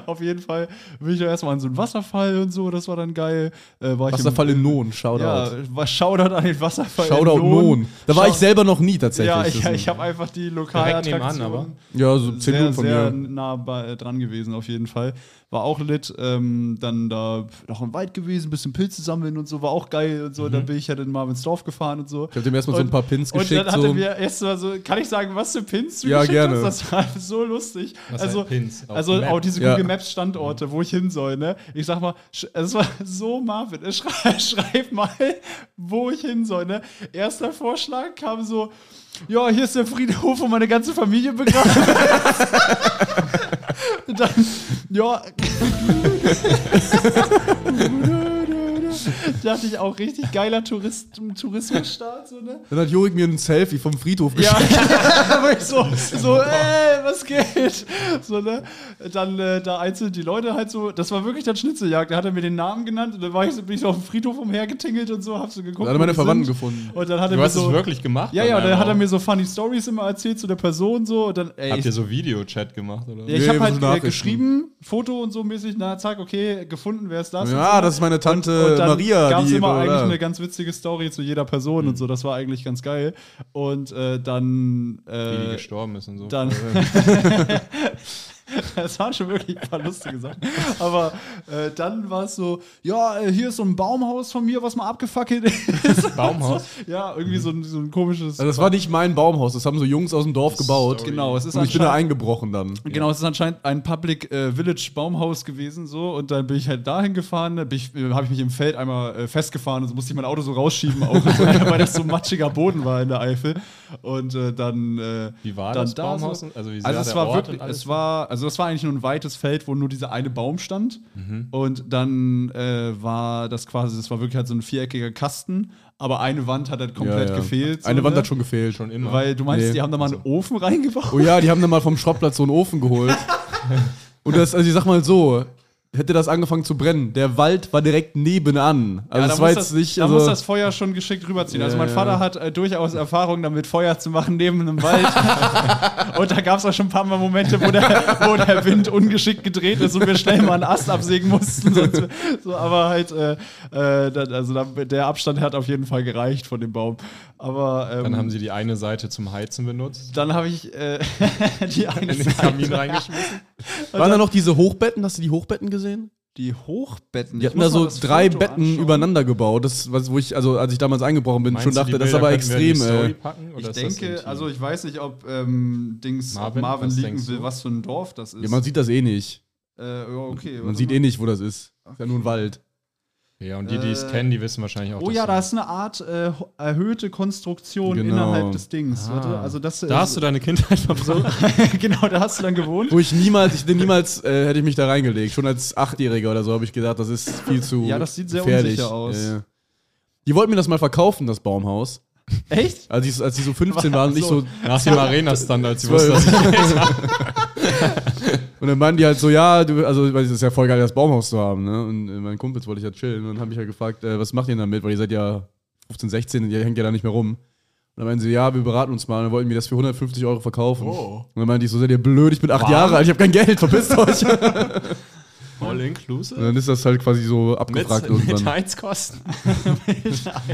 B: Auf jeden Fall bin ich ja erstmal an so einen Wasserfall und so, das war dann geil. Äh, war ich
A: Wasserfall in Non,
B: im, Ja,
A: Shoutout.
B: war Shoutout an den Wasserfall. in
A: Shoutout Non. Da war
B: Shou-
A: ich selber noch nie tatsächlich.
B: Ja, ich,
A: Das ist-
B: ich habe einfach die lokale
F: Direkt nebenan, aber.
A: ja so 10
B: sehr,
A: Minuten von
B: sehr
A: mir.
B: nah bei, äh, dran gewesen, auf jeden Fall. War auch lit. Ähm, dann da noch im Wald gewesen, bisschen Pilze sammeln und so, war auch geil und so. Dann bin ich ja halt in Marvins Dorf gefahren und so.
A: Mhm. Ich hab dem erstmal so ein paar Pins
B: Und
A: geschickt,
B: dann hat er
A: so.
B: mir erstmal so, kann ich sagen, was für Pins du
A: Ja,
B: geschickt
A: gerne.
B: hast? Das war so lustig.
F: Was
B: also,
F: heißt Pins? Auf
B: also
F: Map?
B: auch diese
A: Ja.
B: Google Maps Standorte, wo ich hin soll, ne? Ich sag mal, sch- es war so Marvin, äh, schrei, schreib mal, wo ich hin soll, ne? Erster Vorschlag kam so, ja, hier ist der Friedhof, wo meine ganze Familie begraben ist. Dann, ja, dachte ich auch, richtig geiler Tourist, Tourismusstart, so, ne?
A: Dann hat Jurik mir ein Selfie vom Friedhof geschickt.
B: aber ich so, so ey, was geht? So, ne? Dann äh, da einzeln die Leute halt so, das war wirklich dann Schnitzeljagd, da hat er mir den Namen genannt und dann war ich so, bin ich so auf dem Friedhof umhergetingelt und so, hab so geguckt.
A: Da hat er
B: wo
A: meine
B: die
A: Verwandten
B: sind.
A: gefunden.
B: Und dann hat er
F: Du
B: mir
F: hast
B: so,
F: es wirklich gemacht.
B: Ja, ja,
F: dann
B: dann hat er
F: einfach.
B: mir so funny Stories immer erzählt zu der Person so und dann, ey,
F: Habt
B: ich,
F: ihr so Videochat gemacht oder?
B: ja, ich
A: Nee,
B: hab
A: so
B: halt äh,
A: Nachrichten.
B: geschrieben, Foto und so mäßig, na, zack, okay, gefunden, wer ist das? und
A: Ja, das ist meine Tante
B: und dann
A: Maria.
B: gab es
A: die- bla,
B: immer
A: bla,
B: eigentlich
A: bla.
B: eine ganz witzige Story zu jeder Person und so. Das war eigentlich ganz geil. Und äh, dann.
F: Wie die
B: Äh,
F: gestorben ist und so.
B: dann. Es waren schon wirklich ein paar lustige Sachen. Aber äh, dann war es so: Ja, äh, hier ist so ein Baumhaus von mir, was mal abgefackelt ist.
F: Baumhaus?
B: ja, irgendwie so, ein, so ein komisches.
A: Also das war nicht mein Baumhaus, das haben so Jungs aus dem Dorf gebaut.
B: Genau, es ist
A: Und ich bin da
B: anscheinend-
A: eingebrochen dann.
B: Genau, es ist anscheinend ein Public äh, Village Baumhaus gewesen so und dann bin ich halt dahin gefahren, da bin ich, äh, habe ich mich im Feld einmal äh, festgefahren und so musste ich mein Auto so rausschieben, auch, weil das so matschiger Boden war in der Eifel und äh, dann äh,
F: Wie war
B: dann äh,
F: das
B: da
F: Baumhaus?
B: So.
F: Also wie sah
B: Also es
F: der
B: war
F: Ort
B: wirklich,
F: und alles?
B: es war also es war eigentlich nur ein weites Feld, wo nur dieser eine Baum stand.
F: Mhm.
B: Und dann äh, war das quasi, das war wirklich halt so ein viereckiger Kasten, aber eine Wand hat halt komplett gefehlt. so,
A: Eine Wand
B: ne?
A: hat schon gefehlt.
F: Schon also immer.
B: Weil du meinst,
A: Nee.
B: die haben da mal einen Ofen reingebaut?
A: Oh ja, die haben dann mal vom Schrottplatz so einen Ofen geholt. Und das, also ich sag mal so, hätte das angefangen zu brennen, der Wald war direkt nebenan. Also
B: Ja, da
A: das war
B: muss
A: jetzt
B: das,
A: nicht.
B: da
A: Also,
B: muss das Feuer schon geschickt rüberziehen. also mein
A: ja.
B: Vater hat äh, durchaus Erfahrung damit, Feuer zu machen neben einem Wald. und da gab es auch schon ein paar Mal Momente, wo der, wo der Wind ungeschickt gedreht ist und wir schnell mal einen Ast absägen mussten. Sonst, so, aber halt, äh, äh, da, also da, der Abstand hat auf jeden Fall gereicht von dem Baum. Aber ähm,
F: Dann haben sie die eine Seite zum Heizen benutzt.
B: dann habe ich äh, die eine
F: In den
B: Seite.
F: Kamin reingeschmissen.
A: waren da noch diese Hochbetten? Hast du die Hochbetten gesehen?
B: Die Hochbetten.
A: Die
B: Ich
A: hatten
B: muss
A: da
B: mal
A: so
B: das
A: drei
B: Foto
A: Betten
B: anschauen.
A: übereinander gebaut. Das, was, wo ich, also als ich damals eingebrochen bin, schon
F: Meinst du, die
A: dachte, das ist
F: Bilder
A: aber
F: könnten wir in die
A: extrem. äh,
F: Story
A: Ey.
F: packen, oder
B: Ich
F: ist das
B: denke,
F: intim?
B: also ich weiß nicht, ob ähm, Dings Marvin, ob
F: Marvin,
B: Marvin
F: was
B: liegen
F: denkst
B: will,
F: du?
B: was für ein Dorf das ist.
A: Ja, man sieht das eh nicht.
B: äh, ja, okay,
A: Man
B: warte
A: sieht
B: mal.
A: eh nicht, wo das ist. Ist ja nur ein Wald.
F: Ja, und die, die es
B: Äh,
F: kennen, die wissen wahrscheinlich auch,
B: Oh ja, da ist eine Art äh, ho- erhöhte Konstruktion
A: Genau.
B: innerhalb des Dings. Warte, also das,
F: Ah. Da hast du deine Kindheit verbracht.
B: genau, da hast du dann gewohnt.
A: Wo ich niemals, ich bin niemals äh, hätte ich mich da reingelegt. Schon als Achtjähriger oder so habe ich gedacht, das ist viel zu
B: Ja, das sieht sehr
A: gefährlich.
B: unsicher aus.
A: Ja, ja. Die wollten mir das mal verkaufen, das Baumhaus.
B: Echt?
A: Als ich, als ich so 15 war und ich so.
F: Nach dem Arena-Standard, sie wusste, dass
A: zwölf.
F: ich
A: Und dann meinen die halt so, ja, du, also weil es ist ja voll geil, das Baumhaus zu haben, ne? Und äh, mein Kumpels wollte ich ja chillen. Und dann habe ich ja gefragt, äh, was macht ihr denn damit? Weil ihr seid ja 15, 16 und ihr hängt ja da nicht mehr rum. Und dann meinen sie, ja, wir beraten uns mal. Und dann wollten wir das für 150 Euro verkaufen. Und dann meinte ich so, seid ihr blöd, ich bin acht Jahre alt, ich habe kein Geld, verpisst euch. und
F: all inclusive.
A: dann ist das halt quasi so abgefragt
F: Mit, mit
A: irgendwann.
F: Heizkosten.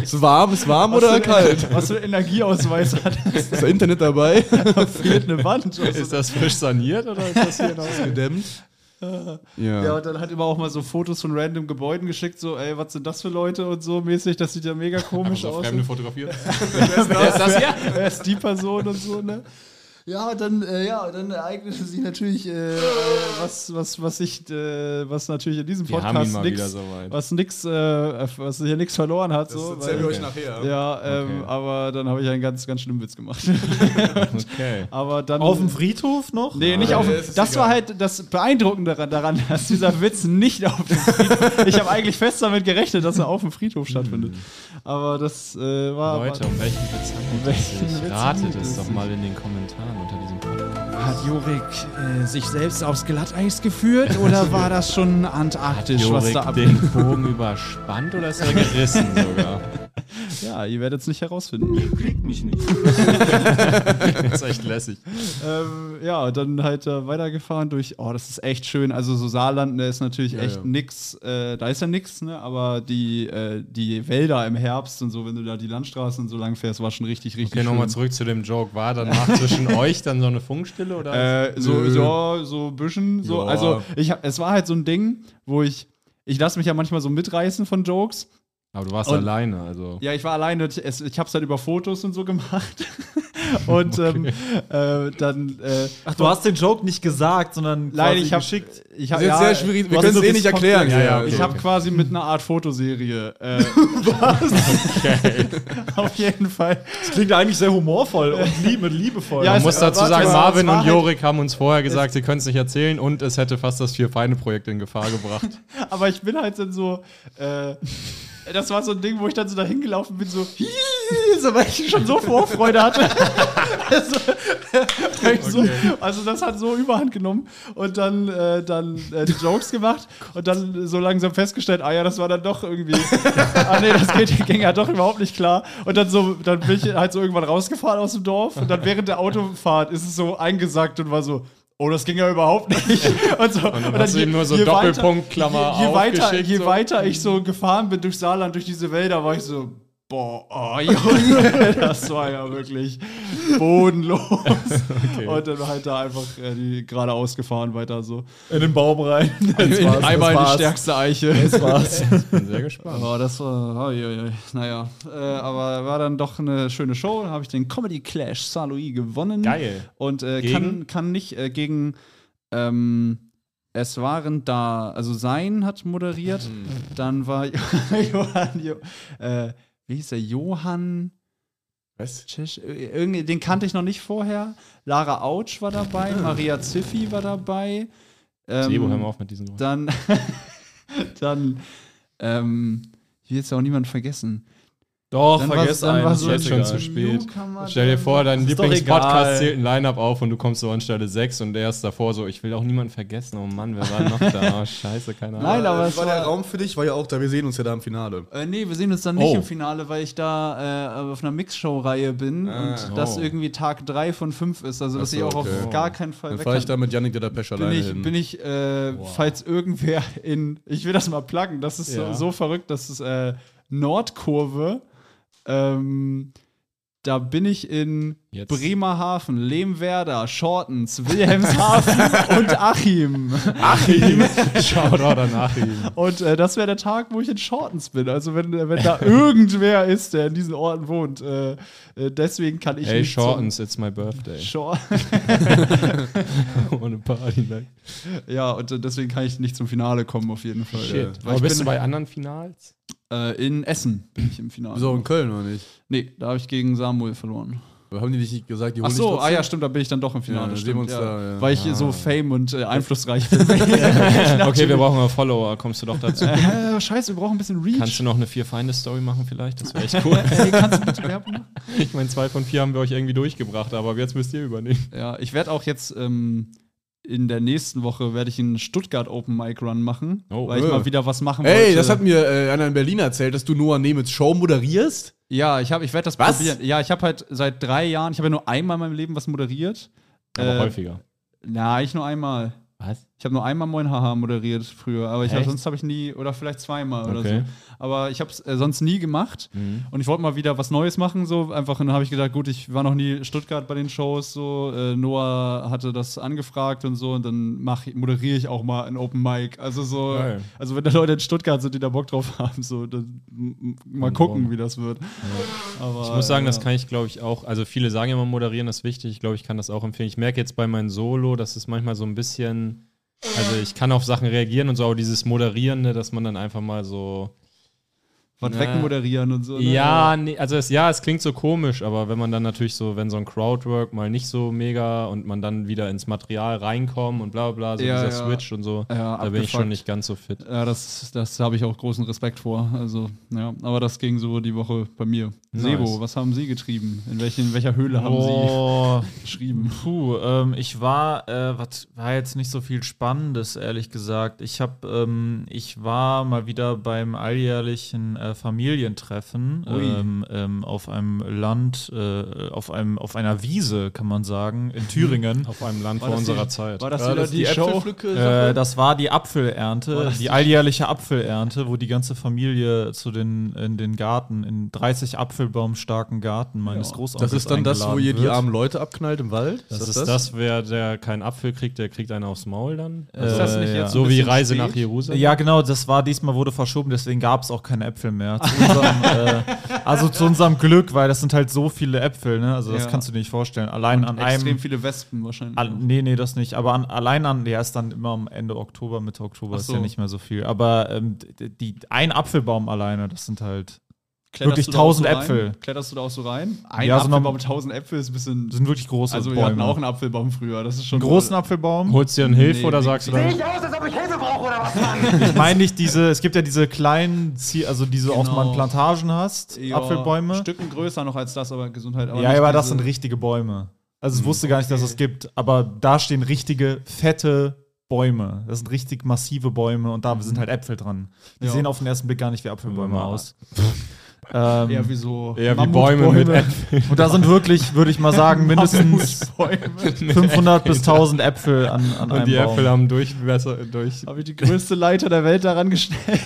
A: Ist warm, ist warm oder
B: Was für ein-
A: kalt?
B: Was für ein Energieausweis hat das?
A: Ist das Internet dabei?
B: Fehlt eine Wand.
F: Ist das frisch saniert oder ist das hier noch?
A: Gedämmt?
B: Ja,
A: Ja.
B: und dann hat immer auch mal so Fotos von random Gebäuden geschickt, so, ey, was sind das für Leute und so mäßig, das sieht ja mega komisch
F: So
B: aus.
F: Also fremde fotografiert.
B: Wer ist das hier? Wer ist die Person und so, ne? Ja, und dann, äh, ja, und dann ereignete sich natürlich äh, was, was, was ich, äh, was natürlich in diesem
F: Wir haben
B: Podcast
F: ihn mal wieder
B: nix,
F: so weit.
B: was nix, äh, was hier nichts verloren hat. so, weil,
A: nachher.
B: Ja, ähm,
F: Okay.
B: aber dann habe ich einen ganz, ganz schlimmen Witz gemacht.
F: Okay.
B: aber dann.
C: Auf dem Friedhof noch?
B: Nee, nicht auf.
A: Nee,
B: dem-
A: es ist
B: Das
A: egal.
B: war halt das Beeindruckende daran- daran, dass dieser Witz nicht auf dem Friedhof. ich habe eigentlich fest damit gerechnet, dass er auf dem Friedhof stattfindet. Aber das äh, war.
F: Hm. Leute, um welchen Witz handelt es
B: Welchen
F: sich?
B: Witz
F: Ratet
B: handelt es
F: es doch
B: sich?
F: mal in den Kommentaren unter diesem Podcast.
B: Hat Jorik äh, sich selbst aufs Glatteis geführt oder war das schon antarktisch, was da
F: Jorik
B: abgeht?
F: den Bogen überspannt oder ist er gerissen sogar?
B: Ja, ihr werdet es nicht herausfinden.
F: Das ist echt lässig.
B: ähm, ja, dann halt äh, weitergefahren durch. Oh, das ist echt schön. Also so Saarland, da ist natürlich echt
A: ja.
B: nix. Äh, da ist ja nix, ne? Aber die, äh, die Wälder im Herbst und so, wenn du da die Landstraßen und so lang fährst, war schon richtig, richtig
F: Okay,
B: schön.
F: nochmal zurück zu dem Joke. War danach zwischen euch dann so eine Funkstille oder?
B: Äh, so,
A: Nö.
B: so, so ein bisschen. So.
A: Ja.
B: Also, ich hab, es war halt so ein Ding, wo ich, ich lasse mich ja manchmal so mitreißen von Jokes.
F: Aber du warst
B: Äh, und-
F: alleine, also.
B: Ja, ich war alleine, und es, ich hab's halt über Fotos und so gemacht. und ähm, äh, dann. Äh,
C: Ach, du hast den Joke nicht gesagt, sondern
B: Leider,
C: quasi
B: ich habe
C: geschickt.
B: Ich
A: Das ist jetzt sehr schwierig. Wir können es eh nicht erklären.
F: Ja, ja, okay.
B: Ich habe quasi mit einer Art Fotoserie. Äh, Was? Auf jeden Fall.
C: Das klingt eigentlich sehr humorvoll und lieb, mit liebevoll.
B: Ja,
F: Man
B: es-
F: muss dazu
B: also, äh, warte
F: sagen,
B: mal, es
F: Marvin
B: war
F: und
B: halt-
F: Jorik haben uns vorher gesagt, sie können es nicht erzählen und es hätte fast das Vier-Feinde-Projekt in Gefahr gebracht.
B: Aber ich bin halt dann so. Äh, das war so ein Ding, wo ich dann so dahin gelaufen bin, so, "Hii", so weil ich schon so Vorfreude hatte. also, weil ich so, also das hat so Überhand genommen und dann, äh, dann äh, die Jokes gemacht und dann so langsam festgestellt, ah ja, das war dann doch irgendwie, ah nee, das geht, ging ja doch überhaupt nicht klar. Und dann so, dann bin ich halt so irgendwann rausgefahren aus dem Dorf und dann während der Autofahrt ist es so eingesackt und war so, Oh, das ging ja überhaupt nicht. Und, so, und
F: hast du
B: je-
F: ihm nur so
B: je weiter-
F: Doppelpunkt-Klammer
B: je, je weiter,
F: aufgeschickt,
B: je
F: so.
B: weiter ich so gefahren bin durch Saarland, durch diese Wälder, war ich so, boah, oh, Junge, das war ja wirklich bodenlos. Und dann halt da einfach äh, die geradeaus gefahren, weiter so.
C: in den Baum rein.
B: In- Einmal in die
C: war's.
B: stärkste Eiche.
C: Das war's.
F: Bin sehr gespannt.
B: Oh, das war, oi, oi, oi. naja, äh, aber war dann doch eine schöne Show. Dann habe ich den Comedy Clash Saint Louis gewonnen.
F: Geil.
B: Und äh,
F: Gegen?
B: kann, kann nicht äh, gegen, ähm, es waren da, also Sein hat moderiert,
F: Mhm.
B: dann war Johann, jo, äh, wie hieß er, Johann
A: Was?
B: Tscheche- äh, irgendwie- Den kannte ich noch nicht vorher. Lara Autsch war dabei, Maria Ziffi war dabei. Ähm,
F: Sebo, hör mal auf mit diesen Geräuschen.
B: Dann, dann, ähm, ich will jetzt auch niemanden vergessen.
F: Doch,
B: Dann
F: vergiss
B: war's- dann
F: einen,
B: war's
F: das ist
B: so
F: jetzt
B: ein
F: schon zu spät.
B: Newcomer,
F: Stell dir
B: Ah, dann-
F: vor, dein
C: Ist doch egal.
F: Lieblingspodcast zählt ein Line-Up auf und du kommst so an Stelle 6 und der ist davor so, ich will auch niemanden vergessen. Oh Mann, wer war noch da? Oh, scheiße, keine Ahnung.
C: Genau,
B: Nein, aber
A: Aber
B: es
A: war der
B: war,
A: Raum für dich? War ja auch da. Wir sehen uns ja da im Finale.
B: äh, nee, wir sehen uns dann nicht
F: Oh.
B: im Finale, weil ich da äh, auf einer Mixshow-Reihe bin und das
F: oh.
B: irgendwie Tag 3 von 5 ist, also dass
A: so,
B: ich auch
A: okay.
B: auf gar keinen Fall
A: Dann
B: weg
A: fahre ich
B: kann.
A: da mit Yannick der Pescher
B: bin
A: alleine
B: ich,
A: hin.
B: bin ich äh, falls irgendwer in, ich will das mal pluggen, das ist
F: Ja.
B: so, so verrückt, das ist äh, Nordkurve, ähm, da bin ich in
F: Jetzt.
B: Bremerhaven, Lehmwerder, Shortens, Wilhelmshaven und Achim.
F: Achim. Shoutout an Achim.
B: Und äh, das wäre der Tag, wo ich in Shortens bin. Also wenn, wenn da irgendwer ist, der in diesen Orten wohnt. Äh, äh, deswegen kann ich
F: Hey,
B: nicht zum-
F: Shortens, it's my birthday.
B: Short
F: Ohne Party, ne?
B: ja, und äh, deswegen kann ich nicht zum Finale kommen, auf jeden Fall. Äh,
F: Shit.
B: Weil
F: Aber
B: ich
F: bist du
B: bin,
F: bei anderen Finals?
B: äh, in Essen bin ich im Finale.
A: so in Köln oder nicht?
B: Nee, da habe ich gegen Samuel verloren.
A: Haben die nicht gesagt, die
B: Ach
A: holen dich
B: so, ah
A: trotzdem?
B: ja, stimmt, da bin ich dann doch im Finale.
A: Ja, dann sehen
B: stimmt,
A: wir uns da, ja.
B: Weil ich so fame und äh, einflussreich bin.
F: Okay, wir brauchen mal Follower. Kommst du doch dazu?
B: äh, scheiße, wir brauchen ein bisschen Reach.
F: Kannst du noch eine Vier-Feinde-Story machen vielleicht? Das wäre echt cool.
B: Ey, kannst du bitte Werbung machen?
F: Ich meine, zwei von vier haben wir euch irgendwie durchgebracht, aber jetzt müsst ihr übernehmen.
B: Ja, ich werde auch jetzt ähm, in der nächsten Woche werde ich einen Stuttgart Open Mic Run machen,
F: Oh,
B: weil ich
A: äh.
B: mal wieder was machen wollte.
A: Ey, das hat mir äh, einer in Berlin erzählt, dass du Noah Nemitz Show moderierst.
B: ja, ich habe, ich werde das
A: Was?
B: probieren. Ja, ich habe halt seit drei Jahren, ich habe ja nur einmal in meinem Leben was moderiert.
F: Aber
B: Äh,
F: häufiger.
B: Na, ich nur einmal.
F: Was?
B: Ich habe nur einmal Moin Haha moderiert früher, aber ich hab,
F: Echt?
B: sonst habe ich nie oder vielleicht zweimal oder
F: Okay. Mhm.
B: so. Aber ich habe es äh, sonst nie gemacht und ich wollte mal wieder was Neues machen so einfach und dann habe ich gedacht, gut, ich war noch nie in Stuttgart bei den Shows so. Äh, Noah hatte das angefragt und so und dann mach, moderiere ich auch mal ein Open Mic. Also so,
F: Geil.
B: also wenn da Leute in Stuttgart sind, die da Bock drauf haben, so dann m- m- mal gucken, wie das wird. Aber,
F: Ich muss sagen, das kann ich, glaube ich, auch. Also, viele sagen ja immer, moderieren ist wichtig. Ich glaube, ich kann das auch empfehlen. Ich merke jetzt bei meinem Solo, dass es manchmal so ein bisschen. Also, ich kann auf Sachen reagieren und so, aber dieses Moderierende, dass man dann einfach mal so.
B: was
F: Na.
B: wegmoderieren und so. ne?
F: Ja, nee, also, es, ja, es klingt so komisch, aber wenn man dann natürlich so, wenn so ein Crowdwork mal nicht so mega und man dann wieder ins Material reinkommt und bla bla, bla so
B: Ja,
F: dieser
B: ja.
F: Switch und so, da
B: Ja,
F: bin ich
B: abgefuckt.
F: schon nicht ganz so fit.
B: Ja, das, das habe ich auch großen Respekt vor. Also, ja, aber das ging so die Woche bei mir. Sebo, was haben Sie getrieben? In, welchen, in welcher Höhle haben
C: Oh,
B: Sie geschrieben?
C: puh, ähm, ich war, äh, was war jetzt nicht so viel Spannendes, ehrlich gesagt. Ich habe, ähm, ich war mal wieder beim alljährlichen äh, Familientreffen
B: Ui.
C: ähm, ähm, auf einem Land, äh, auf einem, auf einer Wiese, kann man sagen, in Thüringen.
F: Auf einem Land vor
B: das die-
F: unserer Zeit.
B: War das
A: Ja,
B: wieder
A: das
B: die, Show?
C: Äh, das war die Apfelernte, die alljährliche Apfelernte, wo die ganze Familie zu den in den Garten, in 30 Apfelbaum starken Garten meines Großonkels
A: Das ist dann das, wo
C: eingeladen
A: ihr die
C: wird.
A: armen Leute abknallt im Wald?
F: Das ist das, wer der keinen Apfel kriegt, der kriegt einen aufs Maul dann. Also
C: Ist das nicht jetzt
F: so
B: ein
F: wie
B: bisschen
F: Reise
B: spät?
F: nach Jerusalem?
C: Ja, genau, das war diesmal wurde verschoben, deswegen gab es auch keine Äpfel mehr. Zu unserem, äh, also zu unserem Glück, weil das sind halt so viele Äpfel, ne? Also das
B: Ja.
C: kannst du dir nicht vorstellen. Allein an
B: Extrem
C: einem.
B: viele Wespen wahrscheinlich.
C: An, nee, nee, das nicht. Aber an, allein an, der ist dann immer am Ende Oktober, Mitte Oktober,
B: Ach
C: ist
B: so.
C: ja nicht mehr so viel. Aber ähm, die, die, ein Apfelbaum alleine, das sind halt
B: Kletterst
C: wirklich
B: du da auch
C: 1000
B: so rein?
C: Äpfel.
B: Kletterst du da auch so rein? Ein
C: Ja, so
B: Apfelbaum
C: noch-
B: mit 1000 Äpfel ist ein bisschen.
C: Das sind wirklich große
B: also, wir
C: Bäume.
B: hatten auch einen Apfelbaum früher. Das ist schon.
C: einen großen Apfelbaum.
F: Holst dir dann Hilfe
B: Nee,
F: oder
B: nee,
F: sagst du
D: Sehe
F: dann,
D: ich aus, als ob ich Hilfe brauche oder was, Mann?
C: Ich meine nicht diese, es gibt ja diese kleinen, Zie- also die du auf
B: Genau.
C: man Plantagen hast,
B: Ja,
C: Apfelbäume.
B: Stücken größer noch als das, aber Gesundheit.
C: ja,
B: nicht
C: aber das
B: diese-
C: sind richtige Bäume. Also ich wusste gar nicht, dass es das gibt, aber da stehen richtige, fette Bäume. Das sind richtig massive Bäume und da sind halt Äpfel dran. Die
B: Ja.
C: sehen auf den ersten Blick gar nicht wie Apfelbäume
F: Ja.
C: aus. ähm,
B: Eher wie so.
F: eher wie Bäume mit Äpfeln.
C: und da sind wirklich, würde ich mal sagen, mindestens
B: Mammutbäume.
C: 500 bis 1000 Äpfel an, an
F: Und
C: einem
F: die
C: Baum.
F: Äpfel haben Durchmesser, durch,
B: Habe ich die größte Leiter der Welt daran gestellt?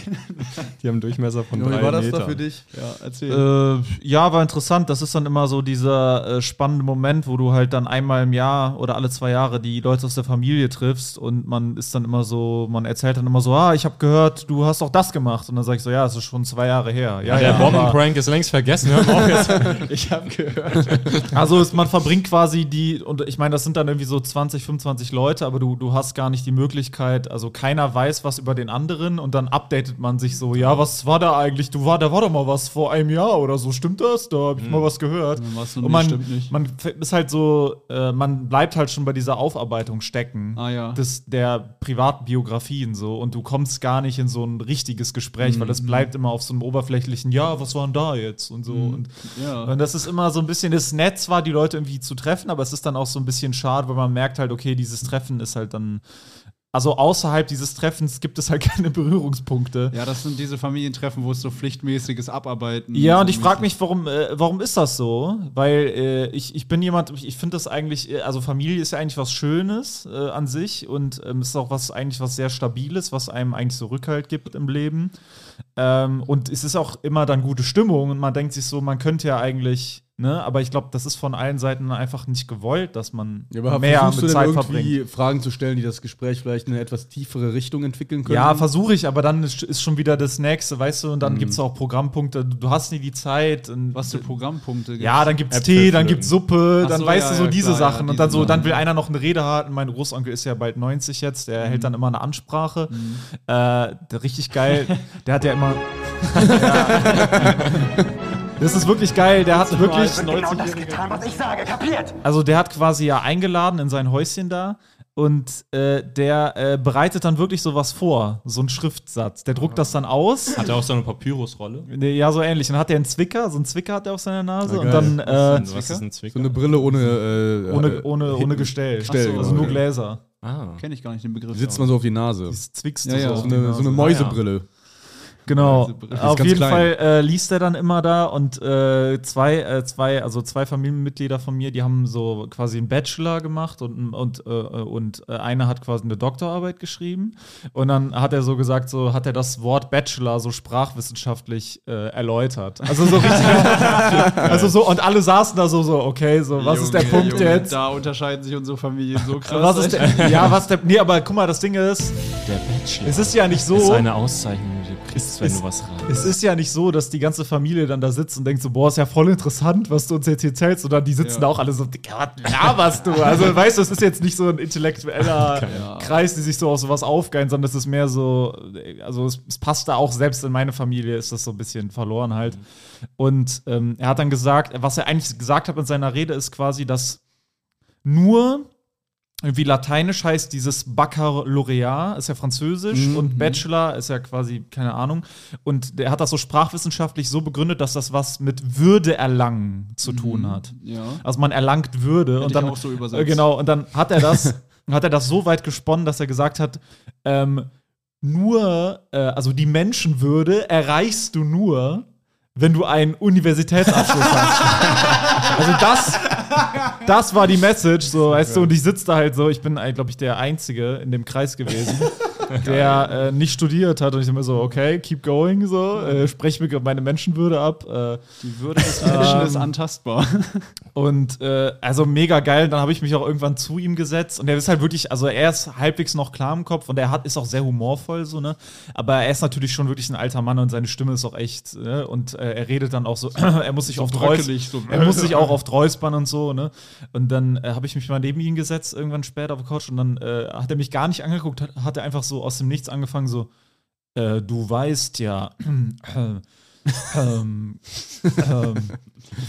F: die haben Durchmesser von
A: Wie
F: drei
A: war das
F: Metern.
A: da für dich?
B: Ja, erzähl.
C: Äh, ja, war interessant. Das ist dann immer so dieser äh, spannende Moment, wo du halt dann einmal im Jahr oder alle zwei Jahre die Leute aus der Familie triffst und man ist dann immer so, man erzählt dann immer so, ah, ich habe gehört, du hast auch das gemacht. Und dann sag ich so, ja, es ist schon zwei Jahre her. Ja,
F: Der
C: ja, aber-
F: Prank ist längst vergessen. Hör mal auf jetzt.
B: Ich habe gehört.
C: Also ist, man verbringt quasi die, und ich meine, das sind dann irgendwie so 20, 25 Leute, aber du, du hast gar nicht die Möglichkeit, also keiner weiß was über den anderen und dann updatet man sich so, ja, was war da eigentlich? Du war, da war doch mal was vor einem Jahr oder so, stimmt das? Da habe ich mal was gehört.
B: Hm. was noch
C: und
B: nie,
C: man,
B: stimmt nicht.
C: man f- ist halt so, äh, man bleibt halt schon bei dieser Aufarbeitung stecken.
B: Ah, ja.
C: Des, der privaten Biografien so und du kommst gar nicht in so ein richtiges Gespräch, weil
B: Mhm.
C: das bleibt immer auf so einem oberflächlichen, ja, was war denn da jetzt und so. Und
B: Mhm. Ja.
C: und das ist immer so ein bisschen, es ist nett zwar, die Leute irgendwie zu treffen, aber es ist dann auch so ein bisschen schade, weil man merkt halt, okay, dieses Treffen ist halt dann. Also außerhalb dieses Treffens gibt es halt keine Berührungspunkte.
B: Ja, das sind diese Familientreffen, wo es so pflichtmäßiges Abarbeiten.
C: Ja, und
B: so
C: ich frage mich, warum, äh, warum ist das so? Weil äh, ich, ich bin jemand, ich, ich finde das eigentlich, äh, also Familie ist ja eigentlich was Schönes äh, an sich und ähm, ist auch was eigentlich was sehr Stabiles, was einem eigentlich so Rückhalt gibt im Leben. Ähm, und es ist auch immer dann gute Stimmung und man denkt sich so, man könnte ja eigentlich, ne, aber ich glaube, das ist von allen Seiten einfach nicht gewollt, dass man
A: Ja, aber
C: mehr
A: versuchst du
C: mit
A: denn
C: Zeit
A: irgendwie
C: verbringt.
A: Fragen zu stellen, die das Gespräch vielleicht in eine etwas tiefere Richtung entwickeln können?
C: Ja, versuche ich, aber dann ist ist schon wieder das nächste, weißt du, und dann gibt's gibt es auch Programmpunkte, du du hast nie die Zeit. Und
B: Was für Programmpunkte gibt's?
C: Ja, dann gibt's
F: Äpfel
C: Tee, dann
F: pflücken.
C: gibt's Suppe,
B: Ach
C: dann
B: so,
C: weißt
B: ja,
C: du so
B: ja,
C: diese
B: klar, ja,
C: Sachen und dann
B: diese
C: so, dann
B: Sachen.
C: will einer noch eine Rede halten. Mein Großonkel ist ja bald 90 jetzt, der
B: Mhm.
C: hält dann immer eine Ansprache. Äh, der richtig geil, der hat ja immer. Ja. Das ist wirklich geil, der hat wirklich.
D: Wird genau das getan, was ich sage. Kapiert?
C: Also der hat quasi ja eingeladen in sein Häuschen da und äh, der äh, bereitet dann wirklich sowas vor, so einen Schriftsatz. Der druckt das dann aus.
F: Hat er auch so eine Papyrusrolle?
C: Nee, ja, so ähnlich. Und dann hat er einen Zwicker, so einen Zwicker hat er auf seiner Nase.
A: Ah,
C: und
A: geil.
C: dann äh,
F: Was ist ein Zwicker?
A: So eine Brille ohne. Äh,
C: ohne,
A: äh,
C: ohne, ohne Gestell.
A: Gestell,
C: Ach so,
A: genau,
C: also nur
A: ja.
C: Gläser.
F: ah.
B: Kenne ich gar nicht den Begriff.
A: Die sitzt man so auf die Nase.
C: Das zwickst
B: Ja, ja.
C: so.
A: So
C: auf die
A: eine, so
C: Nase.
A: eine Mäusebrille.
C: Genau.
B: Diese Brille. Die ist
C: Auf
A: ganz
C: jeden
A: klein.
C: Fall äh, liest er dann immer da und äh, zwei, äh, zwei, also zwei Familienmitglieder von mir, die haben so quasi einen Bachelor gemacht und, und, äh, und äh, einer hat quasi eine Doktorarbeit geschrieben. Und dann hat er so gesagt, so hat er das Wort Bachelor so sprachwissenschaftlich äh, erläutert. Also so richtig. also so, und alle saßen da so, so, okay, so, was ist der
B: Junge,
C: Punkt
B: Junge,
C: jetzt?
B: Da unterscheiden sich unsere Familien so krass.
C: Was ist der, ja, was der, nee, aber guck mal, das Ding ist,
F: Der Bachelor.
C: es ist ja nicht so.
F: ist eine Auszeichnung, die du kriegst, wenn
C: Es-
F: du was raten.
C: Es ist ja nicht so, dass die ganze Familie dann da sitzt und denkt so, boah, ist ja voll interessant, was du uns jetzt hier erzählst. Oder die sitzen
B: Ja.
C: da auch alle so, Digga, was laberst du? Also, weißt du, es ist jetzt nicht so ein intellektueller Kreis, die sich so auf sowas aufgeilen, sondern es ist mehr so, also es, es passt da auch, selbst in meine Familie ist das so ein bisschen verloren halt. Und ähm, er hat dann gesagt, was er eigentlich gesagt hat in seiner Rede ist quasi, dass nur irgendwie lateinisch heißt dieses Baccalaureat, ist ja französisch
B: Mhm,
C: und Bachelor ist ja quasi, keine Ahnung. Und der hat das so sprachwissenschaftlich so begründet, dass das was mit Würde erlangen zu tun hat.
B: Mhm, Ja.
C: Also man erlangt Würde
B: ich
C: und dann
B: auch so übersetzt.
C: äh, Genau, und dann hat er das hat er das so weit gesponnen, dass er gesagt hat, ähm, nur äh, also die Menschenwürde erreichst du nur, wenn du einen Universitätsabschluss hast. Also das das war die Message, so weißt du, und ich sitze da halt so, ich bin glaube ich der einzige in dem Kreis gewesen. Der äh, nicht studiert hat und ich immer so, okay, keep going, so, äh, sprech mir meine Menschenwürde ab. Äh,
B: Die Würde des Menschen ist antastbar.
C: und äh, also mega geil. Dann habe ich mich auch irgendwann zu ihm gesetzt. Und er ist halt wirklich, also er ist halbwegs noch klar im Kopf und er hat, ist auch sehr humorvoll, so, ne? Aber er ist natürlich schon wirklich ein alter Mann und seine Stimme ist auch echt, ne? Und äh, er redet dann auch so, er muss sich oft räuspern.
B: Bröckelig, so. ne?
C: Er muss sich auch oft räuspern und so, ne? Und dann äh, habe ich mich mal neben ihn gesetzt, irgendwann später auf der Couch. Und dann äh, hat er mich gar nicht angeguckt, hat, hat er einfach so aus dem Nichts angefangen, so, äh, du weißt ja, äh, ähm, ähm,